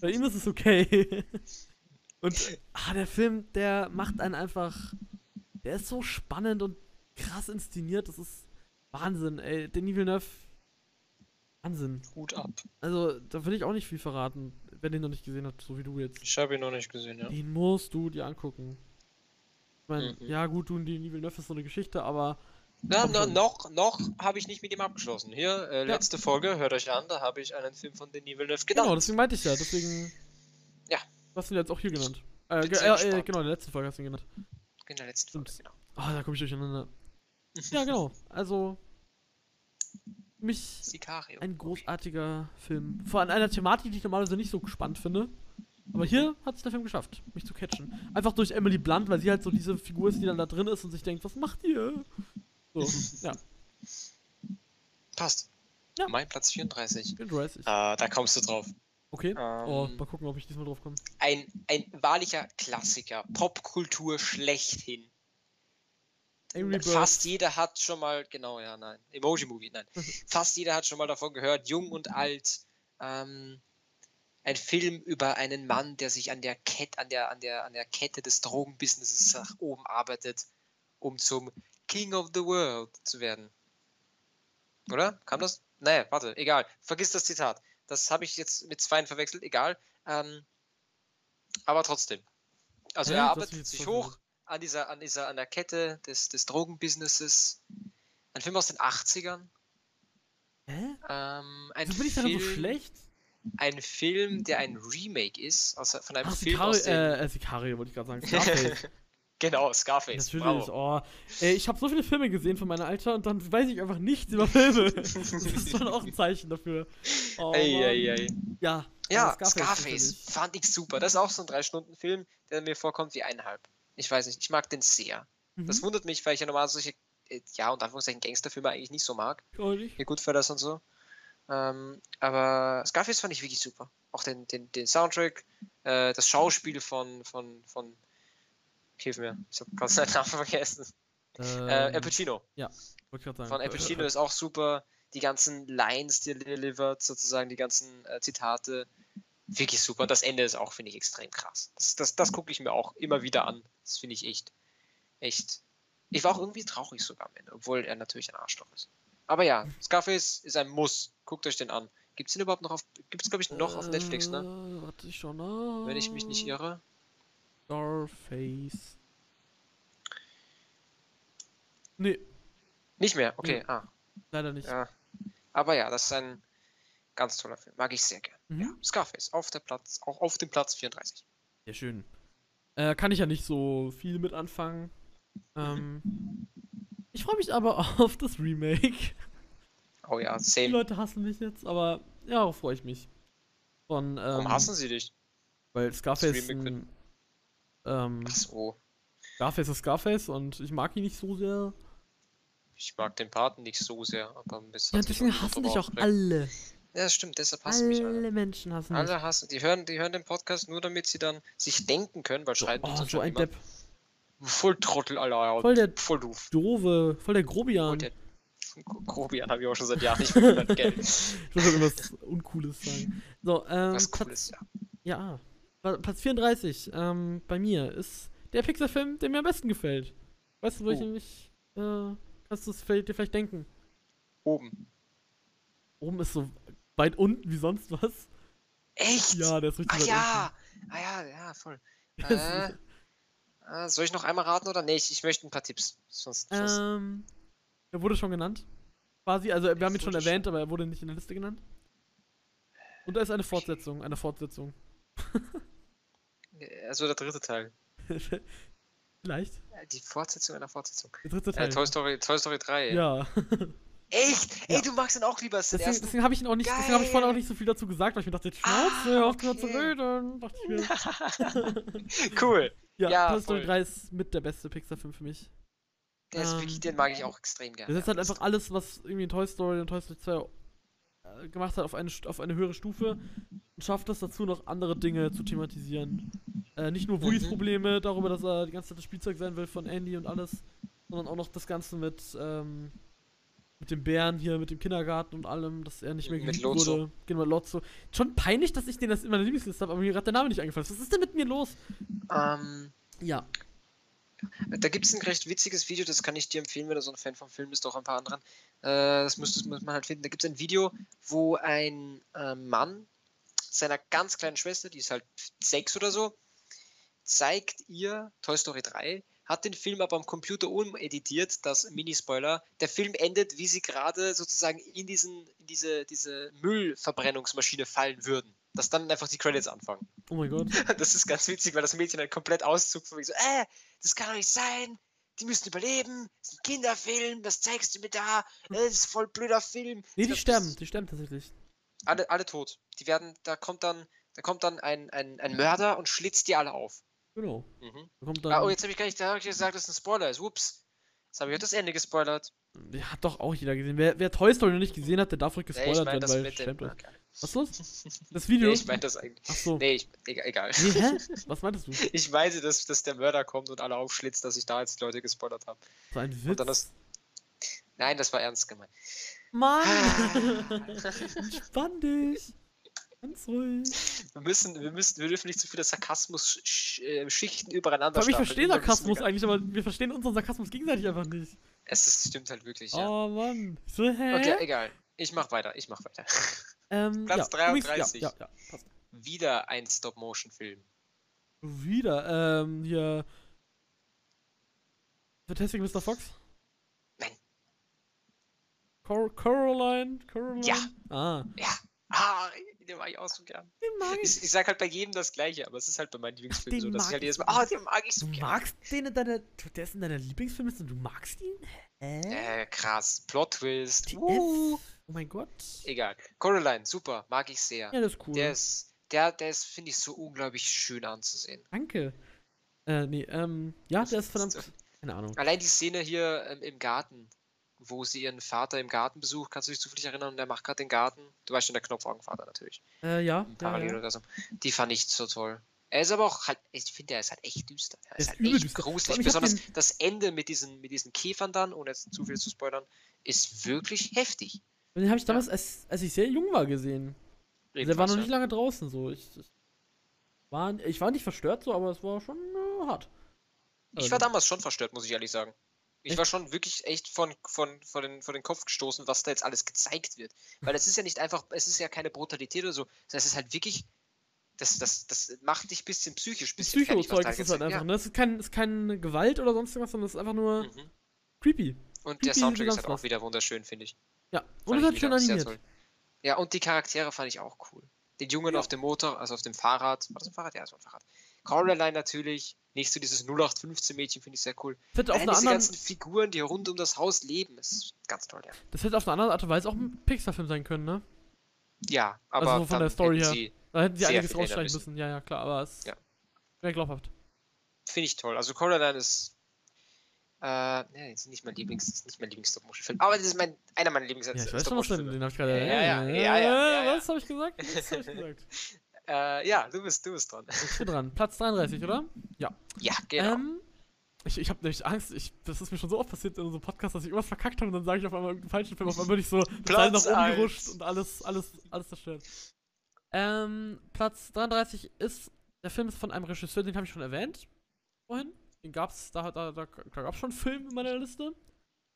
B: Bei ihm ist es okay. [LAUGHS] Und ah, der Film, der macht einen einfach. Der ist so spannend und krass inszeniert. Das ist Wahnsinn, ey. Denis Villeneuve. Wahnsinn.
A: Hut ab.
B: Also, da will ich auch nicht viel verraten, wenn ihr ihn noch nicht gesehen habt, so wie du jetzt.
A: Ich habe ihn noch nicht gesehen, ja.
B: Den musst du dir angucken. Ich meine,
A: Mhm.
B: ja, gut, du und Denis Villeneuve ist so eine Geschichte, aber.
A: Na,
B: Komm
A: na,
B: schon.
A: noch noch habe ich nicht mit ihm abgeschlossen. Hier, äh, letzte Folge, hört euch an, da habe ich einen Film von Denis Villeneuve
B: Genau,
A: genannt.
B: deswegen meinte ich ja. Deswegen.
A: Ja.
B: Du hast ihn jetzt auch hier genannt. Äh,
A: Bin
B: ge
A: sehr
B: äh, äh,
A: gespannt.
B: genau, in der letzten Folge hast du ihn genannt.
A: In der letzten Folge, genau.
B: Ah, da komme
A: [LAUGHS]
B: ich durcheinander. Ja, genau. Also, mich
A: Sicario.
B: ein großartiger Film. Vor allem einer Thematik, die ich normalerweise nicht so spannend finde. Aber hier hat es der Film geschafft, mich zu catchen. Einfach durch Emily Blunt, weil sie halt so diese Figur ist, die dann da drin ist und sich denkt, was macht ihr? So,
A: [LAUGHS]
B: ja,
A: Passt.
B: Ja.
A: Mein Platz 34.
B: bin 30.
A: Äh, da kommst du drauf.
B: Okay. oh,
A: ähm,
B: mal gucken, ob ich diesmal drauf komme.
A: Ein, ein wahrlicher Klassiker. Popkultur schlechthin.
B: Angry Birds.
A: Fast jeder hat schon mal, genau, ja, nein. Emoji-Movie, nein. Fast jeder hat schon mal davon gehört, jung und alt. Ähm, ein Film über einen Mann, der sich an der Kette, an der, an der, an der Kette des Drogenbusinesses nach oben arbeitet, um zum King of the World zu werden. Oder? Kam das? Naja, warte, egal. Vergiss das Zitat. Das habe ich jetzt mit Zweien verwechselt, egal. Ähm, aber trotzdem. Also
B: Hä?
A: er
B: Das hab ich
A: arbeitet
B: jetzt
A: sich
B: voll
A: hoch an dieser, an dieser, an der Kette des, des Drogenbusinesses. Ein Film aus den 80ern.
B: Hä?
A: Ähm, ein
B: Wieso bin ich da so
A: Film,
B: schlecht?
A: Ein Film, der ein Remake ist, aus, von einem
B: Ach,
A: Film
B: Sicario,
A: aus den... [LAUGHS]
B: äh, äh, Sicario wollte ich gerade sagen. Scarface.
A: genau, Scarface.
B: Natürlich,
A: Bravo.
B: oh. Ey, ich habe so viele Filme gesehen von meinem Alter und dann weiß ich einfach nichts über
A: [LAUGHS]
B: Filme. Das ist schon auch ein Zeichen dafür. Oh,
A: Ei,
B: Mann.
A: ei, ei.
B: Ja,
A: Ja,
B: aber
A: Scarface,
B: natürlich.
A: fand ich super. Das ist auch so ein Drei-Stunden-Film, der mir vorkommt wie eineinhalb. Ich weiß nicht, ich mag den sehr.
B: Mhm.
A: Das wundert mich, weil ich ja normal solche, äh, ja, und Anführungszeichen Gangsterfilme eigentlich nicht so mag.
B: Oh, nicht?
A: Wie Goodfellas und so. Ähm, aber Scarface fand ich wirklich super. Auch den, den, den Soundtrack, äh, das Schauspiel von, von, von, hilf mir, ich habe gerade seinen Namen [LAUGHS] vergessen. Äh, Al
B: Ähm,
A: Pacino.
B: wollte ich grad sagen.
A: Von Al Pacino ist auch super. Die ganzen Lines, die er delivert, sozusagen, die ganzen äh, Zitate. Wirklich super. Das Ende ist auch, finde ich, extrem krass. Das, das, das gucke ich mir auch immer wieder an. Das finde ich echt, echt. Ich war auch irgendwie traurig sogar am Ende, obwohl er natürlich ein Arschloch ist. Aber ja, Scarface ist ein Muss. Guckt euch den an. Gibt's den überhaupt noch auf, gibt's glaube ich noch auf Netflix, ne?
B: Äh, Warte ich schon nach.
A: Wenn ich mich nicht irre.
B: Scarface. Nee,
A: Nicht mehr, okay, ah,
B: leider nicht.
A: ja. Aber ja, das ist ein ganz toller Film. Mag ich sehr gern.
B: Mhm.
A: Ja, Scarface auf der Platz, auch auf dem Platz 34.
B: Sehr schön. Äh, kann ich ja nicht so viel mit anfangen. Ähm, ich freue mich aber [LAUGHS] auf das Remake.
A: Oh ja,
B: Die
A: same.
B: Leute hassen mich jetzt, aber ja, darauf freue ich mich. Von, ähm,
A: Warum hassen sie dich?
B: Weil Scarface,
A: Remake
B: ein, ähm,
A: Ach so,
B: Scarface ist Scarface und ich mag ihn nicht so sehr.
A: ich mag den Paten nicht so sehr, aber ein bisschen.
B: Ja,
A: hat mich
B: deswegen
A: auch
B: hassen
A: drüber
B: dich auch
A: aufgeregt.
B: alle.
A: Ja, das stimmt, deshalb hassen mich alle.
B: Alle Menschen hassen dich.
A: Alle hassen, die hören, die hören den Podcast nur, damit sie dann sich denken können, weil schreiten
B: Oh,
A: uns
B: so ein
A: immer.
B: Depp.
A: Voll Trottel, Alter.
B: Voll der
A: voll doof.
B: Doofe, voll der
A: Voll
B: Grobian. [LAUGHS]
A: der Grobian habe ich auch schon seit Jahren nicht mehr gehört, gell?
B: Ich muss irgendwas Uncooles sagen. So,
A: [LAUGHS]
B: ähm,
A: Was
B: Platz-
A: cooles, ja.
B: Ja. Pla- Platz 34 ähm, bei mir ist der Pixar-Film, der mir am besten gefällt. Weißt du, wo ich
A: Oh.
B: nämlich. Äh, kannst du es vielleicht- dir vielleicht denken?
A: Oben.
B: Oben ist so weit unten wie
A: [LAUGHS]
B: sonst was.
A: Echt?
B: Ja, der ist
A: Ach
B: richtig weit
A: ja. Ah ja, ja,
B: [LAUGHS]
A: voll.
B: unten.
A: Äh, äh, soll ich noch einmal raten oder nicht? Ich möchte ein paar Tipps. Sonst, sonst
B: ähm, er wurde schon genannt. Quasi, also wir haben ihn schon
A: wurde
B: erwähnt, aber er wurde nicht in der Liste genannt. Und da ist eine Fortsetzung, eine Fortsetzung. [LAUGHS]
A: also der dritte Teil.
B: vielleicht?
A: Die Fortsetzung einer Fortsetzung.
B: Der dritte
A: Äh,
B: Teil.
A: Toy, Story, Toy Story 3.
B: ja.
A: Echt?
B: Ja.
A: Ey, du magst ihn auch lieber als den
B: [LAUGHS] Deswegen,
A: ersten.
B: deswegen habe ich ihn auch nicht, deswegen habe ich vorhin auch
A: Geil.
B: nicht so viel dazu gesagt, weil ich mir dachte, jetzt
A: Ah,
B: Schnauze, hör auf okay. zu
A: okay.
B: reden. Dachte ich mir.
A: cool.
B: Ja,
A: Ja,
B: Toy Story
A: voll.
B: 3 ist mit der beste Pixar-Film für mich.
A: Der ist wirklich,
B: Ähm,
A: den mag ich auch extrem gerne.
B: Das ist halt einfach alles, was irgendwie in Toy Story und Toy Story 2 äh, gemacht hat, auf eine, Stu- auf eine höhere Stufe und schafft es dazu, noch andere Dinge zu thematisieren. Äh, nicht nur Wuis
A: Mhm.
B: Probleme darüber, dass er die ganze Zeit das Spielzeug sein will von Andy und alles, sondern auch noch das Ganze mit, ähm, mit dem Bären hier, mit dem Kindergarten und allem, dass er nicht mehr
A: Mit
B: geliebt
A: Lotso.
B: wurde. Genau, mit Lotso. Schon peinlich, dass ich den das in meiner Lieblingsliste habe, aber mir gerade der Name nicht eingefallen ist. Was ist denn mit mir los?
A: Ähm,
B: Ja.
A: da gibt es ein recht witziges Video, das kann ich dir empfehlen, wenn du so ein Fan vom Film bist, auch ein paar anderen. Äh, das müsstest, muss man halt finden. Da gibt es ein Video, wo ein äh, Mann seiner ganz kleinen Schwester, die ist halt sechs oder so, zeigt ihr Toy Story 3, hat den Film aber am Computer umeditiert, das Minispoiler. Der Film endet, wie sie gerade sozusagen in, diesen, in diese, diese Müllverbrennungsmaschine fallen würden. dass dann einfach die Credits anfangen.
B: Oh mein Gott.
A: [LAUGHS] Das ist ganz witzig, weil das Mädchen dann komplett auszuckt von wegen so, äh, das kann doch nicht sein, die müssen überleben, das ist ein Kinderfilm, das zeigst du mir da, äh, das ist voll blöder Film.
B: Nee,
A: Ich
B: die
A: glaub,
B: sterben, die sterben tatsächlich.
A: das- Alle, alle tot. Die werden, da kommt dann, da kommt dann ein, ein, ein Mörder und schlitzt die alle auf.
B: Genau.
A: Mhm.
B: Da kommt
A: Ah, oh,
B: dann,
A: jetzt habe ich gar nicht, da habe ich gesagt, dass es ein Spoiler ist. Ups. Jetzt habe ich euch das Ende gespoilert.
B: ja, hat doch auch jeder gesehen. Wer, wer Toy Story noch nicht gesehen hat, der darf ruhig
A: Nee, ich
B: gespoilert
A: meine
B: werden,
A: das
B: weil
A: mit dem.
B: sterbt euch.
A: Okay.
B: Was ist los?
A: [LAUGHS]
B: Das Video?
A: Nee, ich meine das eigentlich.
B: Ach so. Nee,
A: Nee, ich, egal. egal. [LAUGHS]
B: hä? Was meintest du? Das
A: Ich meine, dass, dass der Mörder kommt und alle aufschlitzt, dass ich da jetzt die Leute gespoilert habe.
B: war ein
A: Und dann
B: Witz.
A: Nein, das war ernst gemeint.
B: Mann!
A: Ah.
B: Entspann dich! Ganz ruhig.
A: Wir müssen, wir müssen, wir dürfen nicht zu viele Sarkasmus-Schichten äh, übereinander
B: Vor allem,
A: stapeln,
B: ich verstehe
A: da müssen
B: Sarkasmus
A: wir gar-
B: eigentlich, aber wir verstehen unseren Sarkasmus gegenseitig einfach nicht.
A: Es ist, stimmt halt wirklich, ja.
B: Oh Mann. Ich so, hä?
A: Okay, egal. Ich mach weiter, ich mach weiter. [LAUGHS]
B: ähm,
A: Platz
B: ja, übrigens,
A: 33.
B: Ja, ja, ja, passt.
A: Wieder ein Stop-Motion-Film.
B: Wieder, ähm, hier. Fantastic Mr. Fox?
A: Nein.
B: Cor Coraline? Coraline?
A: Ja.
B: Ah.
A: Ah, den mag ich auch so gern.
B: Den mag ich.
A: Ich, ich sag halt bei jedem das Gleiche, aber es ist halt bei meinen Lieblingsfilmen so,
B: den
A: dass
B: mag
A: ich halt
B: ich
A: jedes
B: so
A: Mal, ah,
B: gern.
A: den mag ich so
B: Du
A: gern.
B: magst den in deiner. Der ist in deiner Lieblingsfilm und du magst ihn? Hä?
A: Äh, krass. Plot-Twist.
B: TF?
A: Uh.
B: Oh mein Gott.
A: Egal. Coraline, super, mag ich sehr.
B: Ja, das ist cool.
A: Der ist, der, der ist, finde ich, so unglaublich schön anzusehen.
B: Danke. Äh, nee, ähm, ja,
A: Das
B: der ist
A: ist
B: verdammt.
A: so-
B: Keine Ahnung.
A: Allein die Szene hier ähm, im Garten, wo sie ihren Vater im Garten besucht, kannst du dich zufällig erinnern? Und der macht gerade den Garten. Du weißt schon, der Knopfaugenvater natürlich.
B: Äh, ja.
A: Im
B: ja, ja.
A: Paralleluniversum. Die fand ich so toll. Er ist aber auch halt, ich finde, er ist halt echt düster. Er
B: ist
A: ist, halt
B: übel
A: echt
B: düster. Vor
A: gruselig.
B: allem, ich hab
A: Besonders das Ende mit diesen, mit diesen Käfern dann, ohne jetzt zu viel zu spoilern, ist wirklich heftig.
B: Und Den habe ich damals, als, als ich sehr jung war, gesehen. Also, der war
A: Jedenfalls,
B: noch
A: ja.
B: nicht lange draußen, so. Ich, ich, war, ich war nicht verstört, so, aber es war schon äh, hart.
A: Ich war damals schon verstört, muss ich ehrlich sagen. Ich
B: Ähm, Echt?
A: war schon wirklich echt von, von, von, den, von den Kopf gestoßen, was da jetzt alles gezeigt wird. Weil es ist ja nicht einfach, es ist ja keine Brutalität oder so, sondern es ist halt wirklich, das, das, das macht dich ein bisschen psychisch, ein bisschen fertig, was
B: Psycho-Zeug
A: da
B: ist es halt
A: gezeigt-
B: einfach. Ne? Das ist, kein, ist keine Gewalt oder sonst irgendwas, sondern es ist einfach nur
A: Ja. Mhm.
B: creepy.
A: Und der
B: Creepy
A: Soundtrack ist
B: Ganze
A: halt auch
B: was.
A: wieder wunderschön, finde ich.
B: Ja. Und
A: Fand
B: es
A: ich
B: hat schön
A: wieder sehr
B: animiert.
A: toll. Ja, und die Charaktere fand ich auch cool. Den Jungen
B: Ja.
A: auf dem Motor, also auf dem Fahrrad. War das ein Fahrrad? Ja, das war ein Fahrrad. Coraline natürlich. Nicht so dieses 0815-Mädchen finde ich sehr cool.
B: Das hätte, auf
A: Allein
B: einer
A: diese
B: anderen,
A: ganzen Figuren, die rund um das Haus leben, ist ganz toll, ja.
B: das hätte auf eine andere Art und Weise auch ein Pixar-Film sein können, ne?
A: Ja, aber
B: so Also von
A: dann
B: der Story
A: hätten
B: her.
A: sie,
B: Da hätten sie
A: Sehr
B: einiges
A: viel ändern
B: rausstreichen
A: müssen.
B: müssen. Ja, ja, klar, aber es
A: Ja.
B: wäre glaubhaft.
A: finde ich toll. Also Coraline ist, äh, ne, ist nicht mein Lieblings, ist nicht mein Lieblings-Stop-Motion-Film, aber das ist mein, einer meiner lieblings
B: Ja, ich weiß schon, was denn,
A: Stop-Motion-Filme.
B: den hab ich gerade. Äh,
A: Ja, ja, ja, ja, ja, ja.
B: Was habe ich gesagt? Was habe ich gesagt?
A: Äh, ja, du bist, du bist dran. [LAUGHS]
B: Ich bin dran. Platz 33, oder?
A: Ja, genau.
B: Ähm, ich ich habe nämlich Angst, ich, das ist mir schon so oft passiert in unserem Podcast, dass ich irgendwas verkackt habe und dann sage ich auf einmal irgendeinen falschen Film, auf einmal bin ich so mit
A: Platz
B: Zahlen nach oben
A: eins.
B: gerutscht und alles, alles, alles zerstört. Ähm, Platz 33 ist, der Film ist von einem Regisseur, den habe ich schon erwähnt. Vorhin. Den gab's, da, da, da, da gab's schon einen Film in meiner Liste.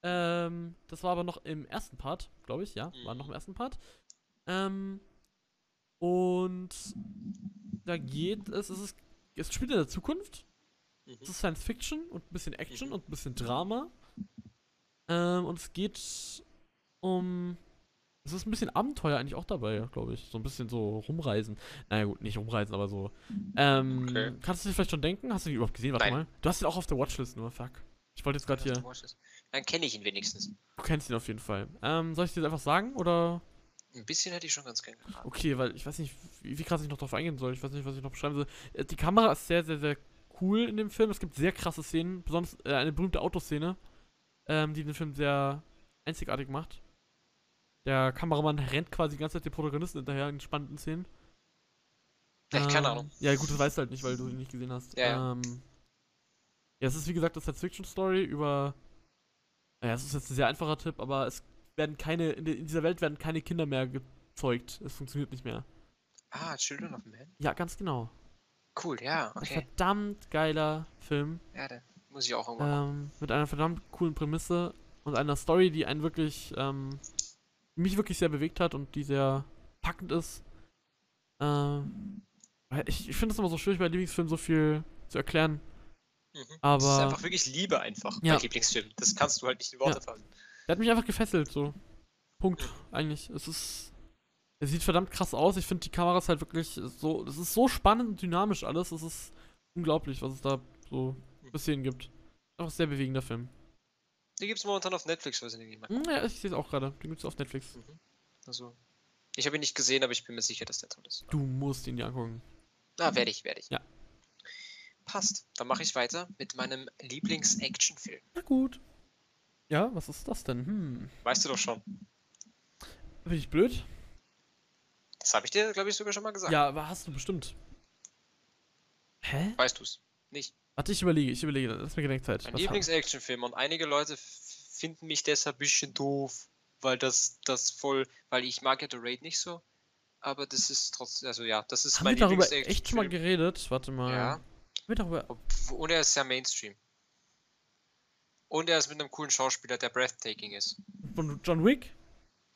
B: Ähm, das war aber noch im ersten Part, glaube ich,
A: Mhm.
B: ja. War noch im ersten Part. Ähm, und da geht es, es ist, es spielt in der Zukunft.
A: Mhm.
B: Es ist Science Fiction und ein bisschen Action
A: Mhm.
B: und ein bisschen Drama. Ähm, und es geht um. Es ist ein bisschen Abenteuer eigentlich auch dabei, glaube ich. So ein bisschen so rumreisen. Naja, gut, nicht rumreisen, aber so. Ähm,
A: Okay.
B: Kannst du dir vielleicht schon denken? Hast du ihn überhaupt gesehen? Warte
A: Nein.
B: mal. Du hast ihn auch auf der Watchlist nur, fuck. Ich wollte jetzt gerade hier.
A: Dann kenne ich ihn wenigstens.
B: Du kennst ihn auf jeden Fall. Ähm, soll ich dir das einfach sagen? Oder.
A: Ein bisschen hätte ich schon ganz gerne gefragt.
B: Okay, weil ich weiß nicht, wie, wie krass ich noch drauf eingehen soll. Ich weiß nicht, was ich noch beschreiben soll. Äh, Die Kamera ist sehr, sehr, sehr cool in dem Film. Es gibt sehr krasse Szenen, besonders äh, eine berühmte Autoszene, ähm, die den Film sehr einzigartig macht. Der Kameramann rennt quasi die ganze Zeit dem Protagonisten hinterher in spannenden Szenen.
A: Ja, keine
B: Ähm,
A: Ahnung.
B: Ja, gut, das weißt du halt nicht, weil du ihn nicht gesehen hast.
A: Ja, ja.
B: ähm, ja es ist wie gesagt eine Science-Fiction-Story über. Ja, es ist jetzt ein sehr einfacher Tipp, aber es werden keine. In, der- in dieser Welt werden keine Kinder mehr gezeugt. Es funktioniert nicht mehr.
A: Ah, Children of Man?
B: Ja, ganz genau.
A: Cool, ja,
B: Ein
A: okay.
B: verdammt geiler Film.
A: Ja, dann muss ich auch irgendwann.
B: Ähm, mit einer verdammt coolen Prämisse und einer Story, die einen wirklich, ähm, die mich wirklich sehr bewegt hat und die sehr packend ist. Ähm, weil ich ich finde es immer so schwierig, bei Lieblingsfilmen so viel zu erklären.
A: Mhm. Das ist
B: Aber
A: einfach wirklich Liebe einfach
B: Ja.
A: bei Lieblingsfilmen. Das kannst du halt nicht in Worte fassen.
B: der hat mich einfach gefesselt, so. Punkt, eigentlich. Es ist Er sieht verdammt krass aus. Ich finde die Kamera ist halt wirklich so. Es ist so spannend und dynamisch alles. Es ist unglaublich, was es da so bis hierhin gibt. Einfach sehr bewegender Film.
A: Die gibt es momentan auf Netflix, weiß ich nicht mehr.
B: Hm, Ja, ich sehe es auch gerade. Den gibt es auf Netflix.
A: Also, ich habe ihn nicht gesehen, aber ich bin mir sicher, dass der toll ist.
B: Du musst ihn dir angucken.
A: Ah, werde ich, werde ich.
B: Mhm. Ja.
A: Passt. Dann mache ich weiter mit meinem Lieblings-Action-Film.
B: Na gut. Ja, was ist das denn? Hm.
A: Weißt du doch schon.
B: Bin ich blöd?
A: Das habe ich dir, glaube ich, sogar schon mal gesagt.
B: Ja, aber hast du bestimmt. Hä?
A: Weißt du es? Nicht.
B: Warte, ich überlege, ich überlege. Lass mir Gedenkzeit.
A: Mein
B: Was
A: Lieblings-Action-Film und einige Leute f- finden mich deshalb ein bisschen doof, weil das, das voll, weil ich mag ja The Raid nicht so, aber das ist trotzdem, also ja, das ist
B: haben
A: mein
B: wir darüber echt schon mal
A: Lieblings-Action-Film.
B: geredet? Warte mal.
A: Ja,
B: Haben wir darüber.
A: obw- und er ist ja Mainstream. Und er ist mit einem coolen Schauspieler, der breathtaking ist.
B: Von John Wick?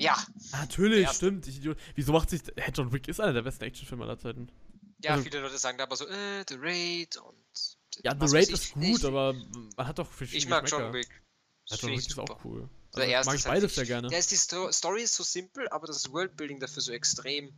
A: Ja,
B: Natürlich,
A: Ja.
B: stimmt. Ich Idiot. Wieso macht sich. Hä, John Wick ist einer der besten Actionfilme aller Zeiten.
A: ja,
B: Also-
A: viele Leute sagen da aber so, äh, The Raid und.
B: Ja, The
A: was
B: Raid
A: weiß ich.
B: ist gut,
A: Ich-
B: aber man hat doch verschiedene
A: Ich mag John Wick.
B: Geschmäcker. Ja,
A: Das
B: John
A: finde
B: Wick
A: ich
B: ist
A: super.
B: auch cool.
A: Der
B: Also,
A: erste
B: mag ich
A: ist halt
B: beides
A: echt-
B: sehr gerne.
A: Ja, ist die Sto Story ist so simpel, aber das Worldbuilding dafür so extrem.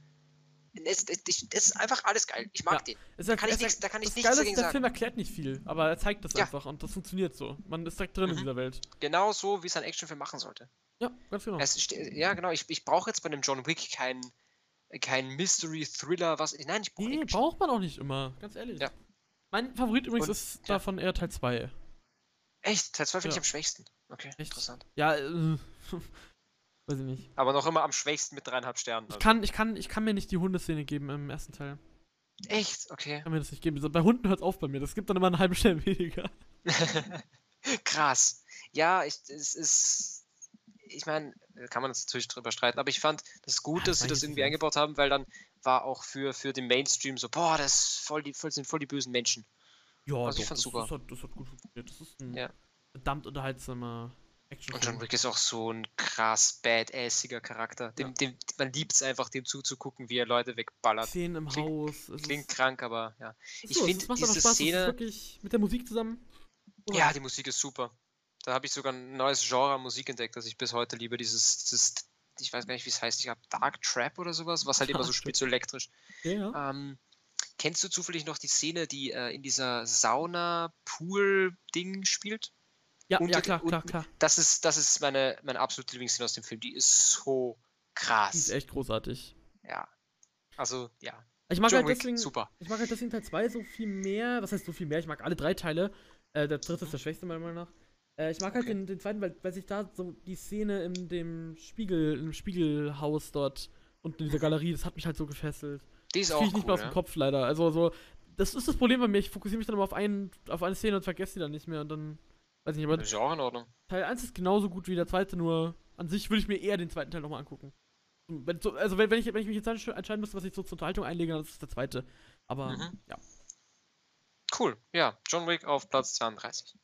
A: Es, es, ich- es ist einfach alles geil. Ich mag den.
B: Ist ja-
A: Kann ich
B: ist ja-
A: nichts, da kann ich
B: das
A: nichts
B: Geile
A: dagegen
B: ist, der
A: sagen.
B: Film erklärt nicht viel, aber er zeigt das
A: Ja.
B: einfach und das funktioniert so. Man ist direkt drin in
A: Mhm.
B: dieser Welt.
A: Genau so, wie es ein Actionfilm machen sollte.
B: Ja, ganz genau.
A: Es ste- ja, genau. Ich, ich brauche jetzt bei dem John Wick keinen kein Mystery, Thriller, was. Nein, ich brauche
B: Nee,
A: Action.
B: braucht man auch nicht immer, ganz ehrlich.
A: Ja.
B: Mein Favorit übrigens
A: Und-
B: ist
A: ja.
B: davon eher Teil 2.
A: Echt, Teil 2 finde
B: Ja.
A: ich am schwächsten. Okay,
B: Echt?
A: interessant.
B: Ja, äh, [LAUGHS] weiß ich nicht.
A: Aber noch immer am schwächsten mit dreieinhalb Sternen.
B: Ich
A: also.
B: kann, ich, kann, ich kann mir nicht die Hundeszene geben im ersten Teil.
A: Echt? Okay.
B: Ich kann mir das nicht geben. So, Bei Hunden hört es auf bei mir. Das gibt dann immer einen halben Stern weniger.
A: Krass. Ja, ich, es ist. Ich meine, kann man jetzt natürlich drüber streiten, aber ich fand das
B: Ah,
A: gut, dass sie das
B: nein, das ist
A: irgendwie
B: ja-
A: eingebaut haben, weil dann war auch für, für den Mainstream so, boah, das ist voll die, voll, sind voll die bösen Menschen.
B: Ja,
A: Also ich
B: doch,
A: fand's
B: das,
A: super.
B: Das, hat, das hat gut funktioniert. Das ist ein
A: Ja.
B: verdammt unterhaltsamer action
A: Und John Wick ist auch so ein krass badassiger Charakter. Dem,
B: Ja.
A: dem, man liebt es einfach, dem zuzugucken, wie er Leute wegballert.
B: Szenen im
A: Klingt-
B: Haus. es
A: Klingt
B: ist,
A: krank, aber ja.
B: es ist
A: ich
B: so, es
A: find
B: macht aber
A: diese
B: Spaß, es
A: Szene-
B: Ist wirklich mit der Musik zusammen.
A: Ja, die Musik ist super. Da habe ich sogar ein neues Genre an Musik entdeckt, das ich bis heute liebe. Dieses, dieses ich weiß gar nicht, wie es heißt. Ich habe Dark Trap oder sowas, was halt
B: [LAUGHS]
A: immer so
B: Dark Trap.
A: spielt, so elektrisch.
B: Ja.
A: Ähm, kennst du zufällig noch die Szene, die äh, in dieser Sauna-Pool-Ding spielt?
B: Ja,
A: unter-
B: ja, klar, klar,
A: unten-
B: klar.
A: Das ist, das ist meine, meine absolute Lieblingsszene aus dem Film. Die ist so
B: Die ist
A: krass.
B: echt großartig.
A: Ja. Also, ja.
B: Ich mag,
A: John
B: halt
A: Wick,
B: deswegen,
A: super.
B: ich mag halt deswegen Teil 2 so viel mehr. Was heißt so viel mehr? Ich mag alle drei Teile. Äh, der dritte ist der schwächste, meiner Meinung nach. Äh, ich mag halt
A: Okay.
B: den, den zweiten, weil, weil sich da so die Szene in dem Spiegel, im Spiegelhaus dort und in dieser Galerie, das hat mich halt so gefesselt.
A: Die ist
B: Das
A: auch
B: kriege ich
A: cool.
B: nicht mehr auf
A: ja.
B: den Kopf, leider. Also, so, das ist das Problem bei mir. Ich fokussiere mich dann immer auf, einen, auf eine Szene und vergesse die dann nicht mehr. Und dann, weiß ich nicht, aber
A: Ist ja auch in Ordnung.
B: Teil 1 ist genauso gut wie der zweite, nur an sich würde ich mir eher den zweiten Teil nochmal angucken. Wenn, so, also, wenn, wenn, ich, wenn ich mich jetzt entsch- entscheiden müsste, was ich so zur Unterhaltung einlege, dann ist es der zweite. Aber,
A: Mhm.
B: ja,
A: Cool. Ja, John Wick auf Platz 32.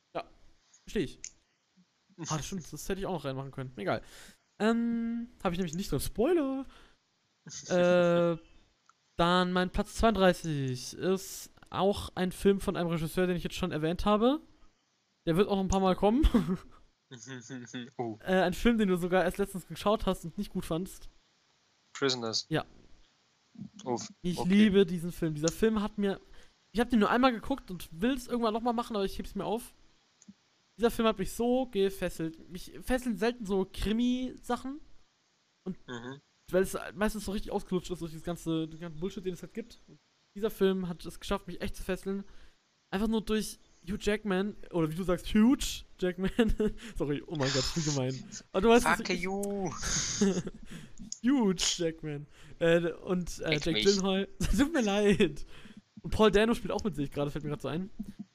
B: verstehe ich. Ah, das stimmt, das hätte ich auch noch reinmachen können. Egal. Ähm, habe ich nämlich nicht drin. Spoiler! äh, dann mein Platz 32 ist auch ein Film von einem Regisseur, den ich jetzt schon erwähnt habe. Der wird auch noch ein paar Mal kommen.
A: [LAUGHS]
B: [LAUGHS]
A: oh,
B: äh, ein Film, den du sogar erst letztens geschaut hast und nicht gut fandst.
A: Prisoners.
B: Ja.
A: Uff.
B: Ich
A: Okay.
B: liebe diesen Film. Dieser Film hat mir. Ich habe den nur einmal geguckt und will es irgendwann nochmal machen, aber ich heb's mir auf. Dieser Film hat mich so gefesselt. Mich fesseln selten so Krimi-Sachen,
A: Mhm.
B: weil es meistens so richtig ausgelutscht ist durch das ganze, den ganzen Bullshit, den es halt gibt. Und dieser Film hat es geschafft, mich echt zu fesseln. Einfach nur durch Hugh Jackman, oder wie du sagst, Huge Jackman. [LAUGHS] Sorry, oh mein Gott, wie gemein. Aber du weißt, was
A: Fuck
B: ich-
A: you.
B: Huge Jackman. Äh, und äh,
A: Echt
B: Jack
A: mich.
B: Gyllenhaal. [LAUGHS] Tut mir leid. Und Paul Dano spielt auch mit sich gerade, fällt mir gerade so ein.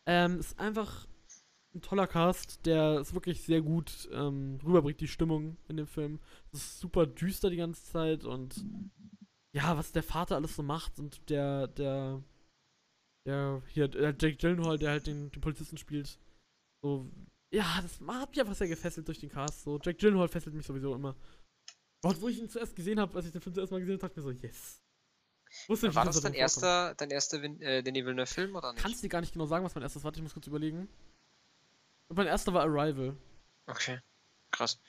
B: Ähm, ist einfach ein toller Cast, der es wirklich sehr gut ähm, rüberbringt, die Stimmung in dem Film. Es ist super düster die ganze Zeit und ja, was der Vater alles so macht und der, der, der, hier, äh, Jack Gyllenhaal, der halt den, den Polizisten spielt. So, ja, das hat mich einfach sehr gefesselt durch den Cast. So, Jack Gyllenhaal fesselt mich sowieso immer. Und wo ich ihn zuerst gesehen habe, als ich den Film zuerst mal gesehen habe, dachte ich mir so, yes. Wusste
A: War
B: dass
A: das
B: er
A: dein
B: drin vorkommt.
A: erster, dein erster Vin äh, Denis Villeneuve-Film oder nicht?
B: Kannst dir gar nicht genau sagen, was mein erstes war. Ich muss kurz überlegen. Und mein erster war Arrival.
A: Okay, krass.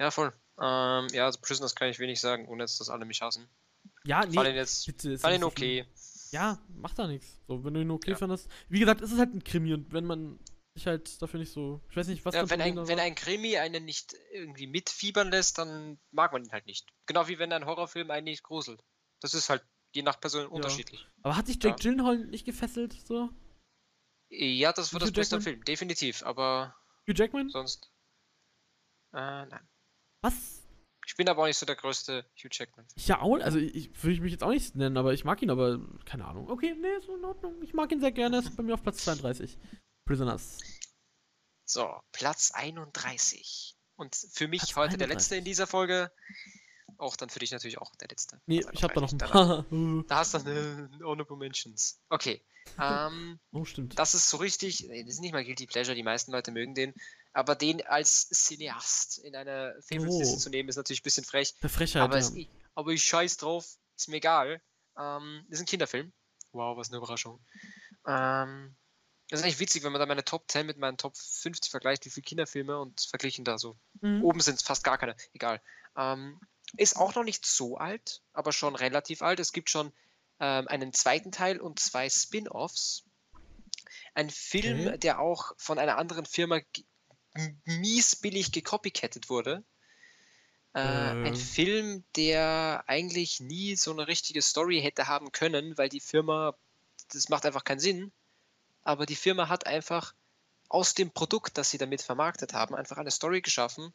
A: Ja, voll. Ähm, ja, also Prisoners kann ich wenig sagen, ohne jetzt, dass alle mich hassen.
B: Ja, nee,
A: Fand ihn jetzt,
B: bitte. ist
A: fand
B: ja
A: ihn
B: nicht so schlimm.
A: okay.
B: Ja, macht da nichts. So, wenn du ihn okay
A: Ja.
B: fandest. Wie gesagt, es ist halt ein Krimi und wenn man sich halt dafür nicht so. Ich weiß nicht, was
A: Ja,
B: dein
A: wenn,
B: Problem
A: ein,
B: da
A: wenn
B: war.
A: ein Krimi einen nicht irgendwie mitfiebern lässt, dann mag man ihn halt nicht. Genau wie wenn ein Horrorfilm einen nicht gruselt. Das ist halt je nach Person unterschiedlich.
B: Aber hat sich
A: Ja.
B: Jake Gyllenhaal nicht gefesselt, so?
A: Ja, das war
B: Hugh
A: das Beste am
B: Jackman?
A: Film, definitiv. Aber
B: Hugh Jackman?
A: sonst. Äh, nein.
B: Was?
A: Ich bin aber auch nicht so der größte Hugh Jackman.
B: Ich ja auch, also ich, ich- würde ich mich jetzt auch nicht nennen, aber ich mag ihn, aber keine Ahnung. Okay, nee, ist in Ordnung. Ich mag ihn sehr gerne, er ist bei mir auf Platz 32. Prisoners.
A: So, Platz 31. Und für mich
B: Platz
A: heute der letzte
B: 31.
A: in dieser Folge. Auch dann für dich natürlich auch der letzte.
B: Nee,
A: Platz
B: ich hab da noch ein
A: 31.
B: paar.
A: Da hast du äh, [LAUGHS] Honorable Mentions. Okay. Ähm,
B: [LAUGHS] Oh, stimmt.
A: das ist so richtig, nee, das ist nicht mal Guilty Pleasure, die meisten Leute mögen den, aber den als Cineast in einer Favorite-Liste
B: Oh.
A: zu nehmen, ist natürlich ein bisschen frech,
B: Der Frechheit.
A: aber,
B: ja. genau.
A: es, aber ich scheiß drauf, ist mir egal. Ähm, ist ein Kinderfilm. Wow, was eine Überraschung. Ähm, das ist echt witzig, wenn man da meine Top 10 mit meinen Top 50 vergleicht, wie viele Kinderfilme und verglichen da so.
B: Mhm.
A: Oben sind es fast gar keine, egal. Ähm, ist auch noch nicht so alt, aber schon relativ alt. Es gibt schon ähm, einen zweiten Teil und zwei Spin-offs. Ein Film,
B: Okay.
A: der auch von einer anderen Firma g- m- mies billig gecopycattet wurde. Äh,
B: Ähm.
A: Ein Film, der eigentlich nie so eine richtige Story hätte haben können, weil die Firma, das macht einfach keinen Sinn, aber die Firma hat einfach aus dem Produkt, das sie damit vermarktet haben, einfach eine Story geschaffen,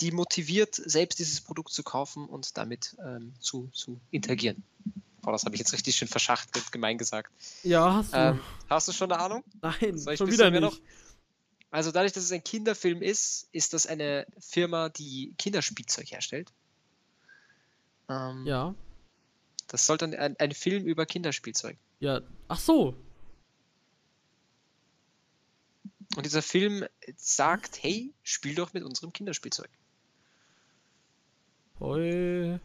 A: die motiviert, selbst dieses Produkt zu kaufen und damit ähm, zu, zu interagieren. Boah, das habe ich jetzt richtig schön verschacht und gemein gesagt.
B: Ja, hast du.
A: Ähm, hast du schon eine Ahnung?
B: Nein,
A: soll ich
B: schon
A: bis
B: wieder
A: zu mir
B: nicht.
A: noch- Also dadurch, dass es ein Kinderfilm ist, ist das eine Firma, die Kinderspielzeug herstellt. Ähm,
B: Ja,
A: Das sollte ein- ein, ein Film über Kinderspielzeug.
B: ja. Ach so.
A: Und dieser Film sagt, hey, spiel doch mit unserem Kinderspielzeug.
B: Toll.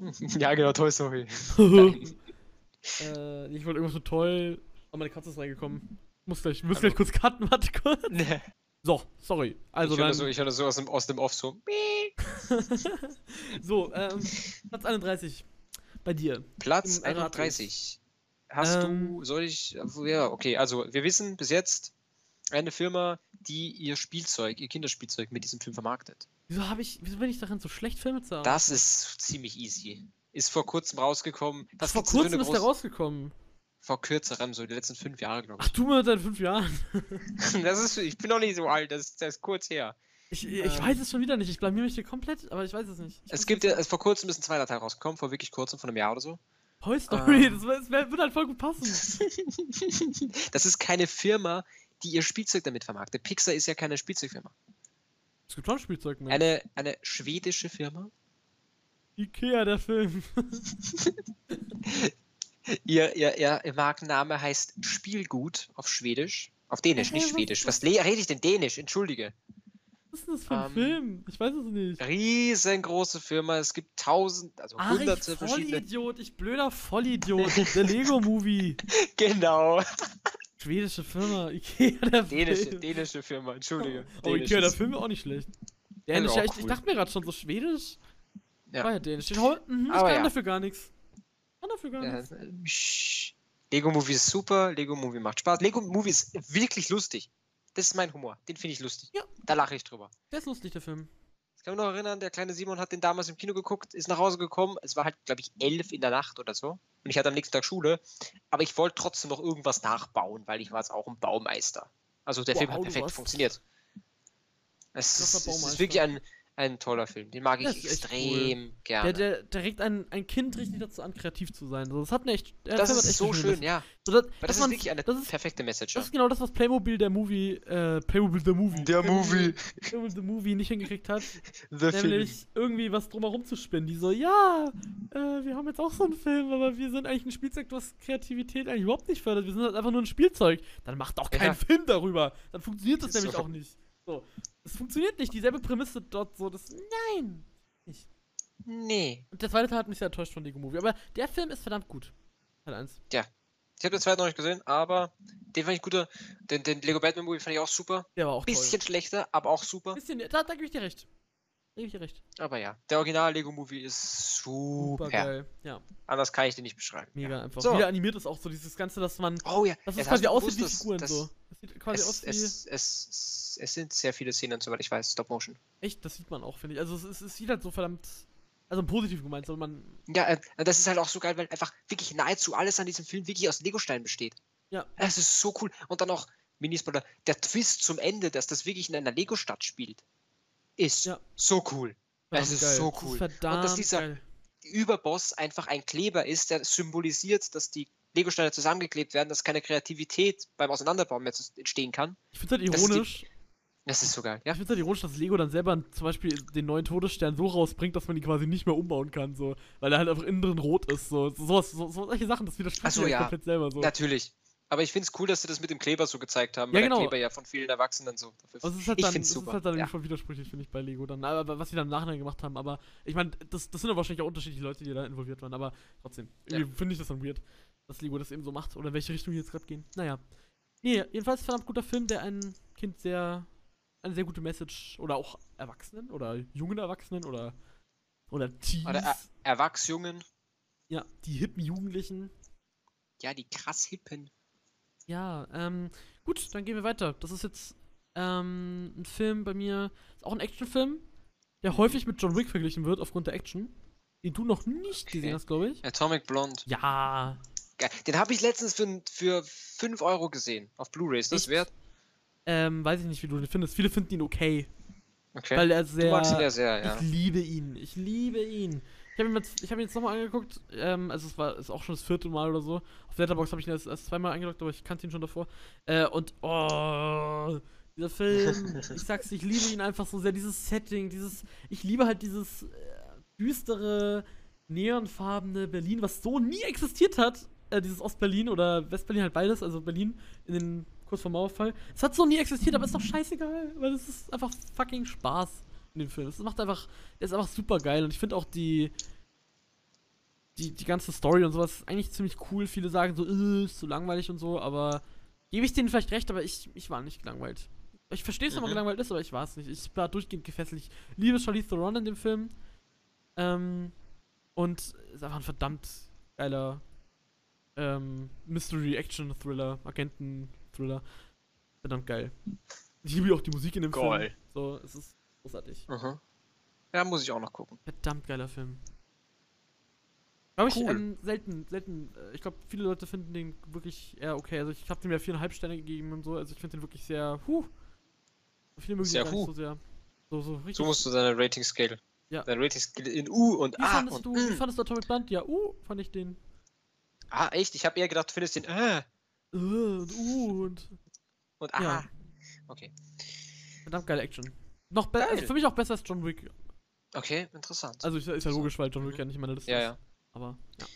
A: [LAUGHS] ja, genau, Toy Story.
B: äh, ich wollte irgendwas so toll. Oh, meine Katze ist reingekommen. Muss gleich, muss gleich kurz cutten, warte kurz. So, sorry. [LAUGHS] Also
A: ich höre
B: dann.
A: das so, ich höre das so aus, dem, aus dem Off so.
B: so, ähm, Platz 31. Bei dir.
A: Platz
B: Im Rathaus.
A: 31. Hast
B: Ähm.
A: du, soll ich, ja, okay, also wir wissen bis jetzt eine Firma, die ihr Spielzeug, ihr Kinderspielzeug mit diesem Film vermarktet.
B: Wieso habe ich. Wieso bin ich darin so schlecht Filme zu haben?
A: Das ist ziemlich easy. Ist vor kurzem rausgekommen. Was
B: Vor
A: gibt's denn für
B: kurzem
A: eine
B: ist der
A: große-
B: rausgekommen.
A: Vor kürzerem, so die letzten fünf Jahre, glaube
B: Ach, du mit deinen fünf Jahren.
A: ich. [LAUGHS] Das ist, ich bin noch nicht so alt, das, ist- das ist kurz her.
B: Ich,
A: Ähm.
B: ich weiß es schon wieder nicht. Ich blamier mich hier komplett, aber ich weiß es nicht. Ich
A: Es
B: weiß
A: gibt
B: nicht.
A: ja, es vor kurzem ist ein zweiter Teil rausgekommen, vor wirklich kurzem, von einem Jahr oder
B: [LAUGHS]
A: so.
B: Toy Story,
A: ähm.
B: das, wär- das wär- würde halt voll gut passen.
A: Das ist keine Firma, die ihr Spielzeug damit vermarktet. Pixar ist ja keine Spielzeugfirma.
B: Es gibt schon Spielzeug mehr.
A: Eine, eine schwedische Firma.
B: Ikea, der Film.
A: Ihr, ihr, ihr, ihr Markenname heißt Spielgut auf Schwedisch. Auf Dänisch,
B: Hä,
A: nicht
B: was-
A: Schwedisch. Was le- rede ich denn Dänisch? Entschuldige.
B: Was ist denn das für ein
A: Ähm.
B: Film? Ich weiß es nicht.
A: Riesengroße Firma. Es gibt tausend, also
B: Ach, ich
A: hunderte verschiedene. [LAUGHS]
B: Vollidiot, ich blöder Vollidiot. Der Lego-Movie.
A: Genau.
B: Schwedische Firma, Ikea, der Film. [LAUGHS]
A: Dänische, dänische Firma. Entschuldige.
B: Oh, Ikea, der
A: Dänisches.
B: Film ist auch nicht schlecht.
A: Ja,
B: Dänisch,
A: auch
B: ja, ich, ich
A: cool.
B: dachte mir gerade schon, so Schwedisch.
A: Ja.
B: War ja Dänisch. Den Hol mhm, ich
A: Aber
B: kann
A: ja.
B: dafür gar nichts. Kann dafür gar
A: Ja,
B: nichts.
A: äh, psch. Lego Movie ist super, Lego Movie macht Spaß. Lego Movie ist wirklich lustig. Das ist mein Humor, den finde ich lustig.
B: Ja.
A: Da lache ich drüber.
B: Der ist lustig, der Film.
A: Ich kann mich noch erinnern, der kleine Simon hat den damals im Kino geguckt, ist nach Hause gekommen. Es war halt, glaube ich, elf in der Nacht oder so. Und ich hatte am nächsten Tag Schule. Aber ich wollte trotzdem noch irgendwas nachbauen, weil ich war jetzt auch ein Baumeister. Also der Film
B: Wow,
A: hat
B: du
A: perfekt
B: warst
A: funktioniert. Es
B: krasser
A: ist, es ist
B: Baumeister.
A: wirklich ein, ein toller Film. Den mag ich
B: Das ist echt
A: extrem gerne.
B: Der, der, der regt ein, ein Kind richtig dazu an, kreativ zu sein. So, das hat eine echt. der
A: das
B: Film hat
A: ist
B: echt
A: so
B: eine
A: schön,
B: Message.
A: ja.
B: So, das,
A: Weil
B: dass
A: das ist
B: man-
A: wirklich eine
B: das ist,
A: perfekte Message. ja.
B: das ist genau das, was Playmobil der Movie. Äh, Playmobil der Movie.
A: Der
B: Playmobil-
A: Movie.
B: Playmobil the Movie nicht hingekriegt hat.
A: The
B: Nämlich irgendwie was drumherum zu spinnen. Die so, ja, äh, wir haben jetzt auch so einen Film, aber wir sind eigentlich ein Spielzeug, was Kreativität eigentlich überhaupt nicht fördert. Wir sind halt einfach nur ein Spielzeug. Dann macht auch keinen
A: Ja.
B: Film darüber. Dann funktioniert das
A: Ist
B: nämlich
A: so.
B: auch nicht. So. Es funktioniert nicht. Dieselbe Prämisse dort so. Das, nein. Nicht.
A: Nee.
B: Und der zweite Teil hat mich sehr enttäuscht von Lego Movie. Aber der Film ist verdammt gut. Teil 1.
A: Ich habe den zweiten noch nicht gesehen, aber den fand ich guter. Den, den Lego Batman Movie fand ich auch super.
B: Der war auch toll.
A: Bisschen schlechter, aber auch super.
B: Bisschen, da, da gebe ich dir recht. Gebe ich dir recht.
A: Aber ja, der Original-Lego-Movie ist super.
B: Super geil. Ja,
A: Anders kann ich den nicht beschreiben.
B: mega einfach.
A: So.
B: Wie der animiert ist auch so, dieses Ganze, dass man.
A: Oh ja,
B: Das
A: jetzt
B: ist
A: hast
B: quasi
A: du
B: aussieht wie
A: gewusst, dass-
B: Figuren
A: dass-
B: so. Das sieht quasi
A: Es,
B: aus wie.
A: es, es, es sind sehr viele Szenen, soweit ich weiß, Stop-Motion.
B: Echt, das sieht man auch, finde ich. Also es, ist- es sieht halt so verdammt. Also im Positiven gemeint, sondern man.
A: Ja, äh, das ist halt auch so geil, weil einfach wirklich nahezu alles an diesem Film wirklich aus Legosteinen besteht.
B: Ja.
A: Es ist so cool. Und dann auch, Minispoiler, der Twist zum Ende, dass das wirklich in einer Lego-Stadt spielt, ist
B: Ja.
A: so cool. Es
B: verdammt
A: ist
B: geil.
A: so
B: Das
A: cool.
B: Ist verdammt
A: dieser-
B: geil.
A: Überboss einfach ein Kleber ist, der symbolisiert, dass die Legosteine zusammengeklebt werden, dass keine Kreativität beim Auseinanderbauen mehr zu- entstehen kann.
B: Ich finde halt
A: das ist die-
B: ironisch.
A: Das ist so geil,
B: Ja,
A: ja.
B: ich finde es halt ironisch, dass Lego dann selber zum Beispiel den neuen Todesstern so rausbringt, dass man ihn quasi nicht mehr umbauen kann, so. Weil er halt einfach innen drin rot ist, so. So, sowas- so, so solche Sachen, das widerspricht
A: Ach so,
B: sich
A: ja.
B: komplett selber, so.
A: Natürlich. Aber ich finde es cool, dass sie das mit dem Kleber so gezeigt haben,
B: Ja,
A: weil
B: genau.
A: der Kleber ja von vielen Erwachsenen so.
B: Aber es ist halt
A: ich
B: dann,
A: find's
B: es ist
A: super,
B: halt dann
A: ja.
B: irgendwie schon widersprüchlich, finde ich, bei Lego dann. Aber- Aber was sie dann im Nachhinein gemacht haben, aber ich meine, das, das sind ja wahrscheinlich auch unterschiedliche Leute, die da involviert waren, aber trotzdem. Irgendwie finde ich das dann weird, dass Lego das eben so macht oder in welche Richtung die jetzt gerade gehen. Naja. Nee, jedenfalls verdammt guter Film, der ein Kind sehr. eine sehr gute Message oder auch Erwachsenen oder jungen Erwachsenen oder. oder Teens.
A: Oder Ä- Erwachsungen,
B: ja, die hippen Jugendlichen.
A: ja, die krass hippen.
B: Ja, ähm, gut, dann gehen wir weiter. Das ist jetzt ähm, ein Film bei mir, ist auch ein Actionfilm,
A: Mhm.
B: der häufig mit John Wick verglichen wird aufgrund der Action. Den du noch nicht gesehen
A: Okay.
B: hast, glaube ich.
A: Atomic Blonde.
B: Ja.
A: Geil. Den habe ich letztens für, für 5 Euro gesehen. Auf Blu-ray. Ist das
B: Echt?
A: wert?
B: Ähm, weiß ich nicht, wie du den findest. Viele finden ihn okay,
A: Okay.
B: weil er
A: du
B: sehr.
A: magst ihn ja sehr,
B: Ich
A: ja.
B: liebe ihn. Ich liebe ihn. Ich habe ihn jetzt, ich hab ihn jetzt nochmal angeguckt. Ähm, also, es war ist auch schon das vierte Mal oder so. Auf Letterboxd habe ich ihn erst, erst zweimal angeguckt, aber ich kannte ihn schon davor. Äh, und, oh,
A: [LAUGHS]
B: dieser Film. ich sag's, dir, ich liebe ihn einfach so sehr. Dieses Setting, dieses. Ich liebe halt dieses äh, düstere, neonfarbene Berlin, was so nie existiert hat. Äh, dieses Ostberlin oder Westberlin halt beides, also Berlin in den kurz vor Mauerfall. Es hat so nie existiert, aber ist doch scheißegal, weil es ist einfach fucking Spaß in dem Film. Es macht einfach, der ist einfach super geil und ich finde auch die, die die ganze Story und sowas ist eigentlich ziemlich cool. Viele sagen so, äh, ist so langweilig und so, aber gebe ich denen vielleicht recht, aber ich, ich war nicht gelangweilt. Ich verstehe es, warum man
A: Mhm.
B: gelangweilt ist, aber ich war es nicht. Ich war durchgehend gefesselt. Ich liebe Charlize Theron in dem Film. Ähm, und ist einfach ein verdammt geiler ähm, Mystery-Action-Thriller, Agenten-Thriller. Verdammt geil. Ich liebe auch die Musik in dem
A: Geil.
B: Film. So, es ist großartig.
A: Mhm. Ja, muss ich auch noch gucken.
B: Verdammt geiler Film. Glaube ich,
A: Cool.
B: ähm, selten, selten. äh, Ich glaube, viele Leute finden den wirklich eher okay. Also ich habe dem ja viereinhalb Sterne gegeben und so. Also ich finde den wirklich sehr, huh. Viele mögen
A: Sehr
B: den gar nicht
A: huh.
B: so sehr. So, so richtig.
A: So musst du deine Rating-Scale.
B: Ja.
A: Deine Rating-Scale in U und
B: wie,
A: A.
B: fandest
A: Und
B: du, wie
A: mm.
B: fandest du Atomic Band? Ja, uh, fand ich den.
A: Ah, echt? Ich habe eher gedacht, du findest den äh
B: Äh, und uh und
A: und A.
B: Ja.
A: Okay.
B: verdammt geile Action. Noch be- also
A: Geil.
B: für mich auch besser als John Wick.
A: Okay, interessant.
B: Also ist, ja- ist ja
A: So.
B: logisch, weil John Wick ja nicht in meiner Liste
A: Mhm. ja,
B: ist.
A: ja.
B: Aber ja.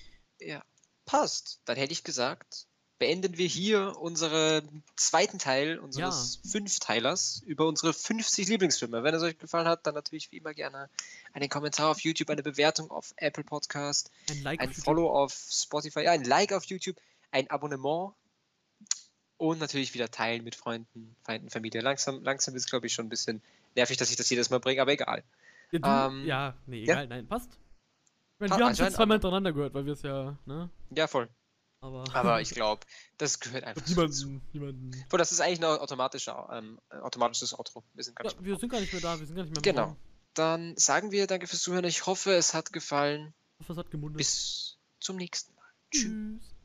A: Ja. Passt. Dann hätte ich gesagt, beenden wir hier unseren zweiten Teil unseres Fünfteilers über unsere 50 Lieblingsfilme. Wenn es euch gefallen hat, dann natürlich wie immer gerne einen Kommentar auf YouTube, eine Bewertung auf Apple Podcast,
B: ein Like
A: ein
B: auf YouTube.
A: Follow auf Spotify, ja, ein Like auf YouTube, ein Abonnement und natürlich wieder teilen mit Freunden, Feinden, Familie. Langsam, langsam ist glaube ich, schon ein bisschen nervig, dass ich das jedes Mal bringe, aber egal.
B: Ja, du,
A: Ähm,
B: ja, nee,
A: ja.
B: egal, nein, passt. Ich meine,
A: Pa-
B: wir haben es jetzt
A: anscheinend-
B: zweimal hintereinander gehört, weil wir es ja, ne?
A: Ja, voll.
B: Aber, [LAUGHS]
A: Aber ich glaube, das gehört einfach so dazu.
B: niemanden, niemanden.
A: Obwohl, das ist eigentlich ein automatischer, ähm, automatisches Outro. Wir sind gar
B: Ja,
A: nicht
B: wir sind gar nicht mehr da, wir sind gar nicht mehr
A: Genau.
B: Raum.
A: Dann sagen wir danke fürs Zuhören. Ich hoffe, es hat gefallen.
B: Ich hoffe, es hat gemundet.
A: Bis zum nächsten Mal. Tschüss.
B: Tschüss.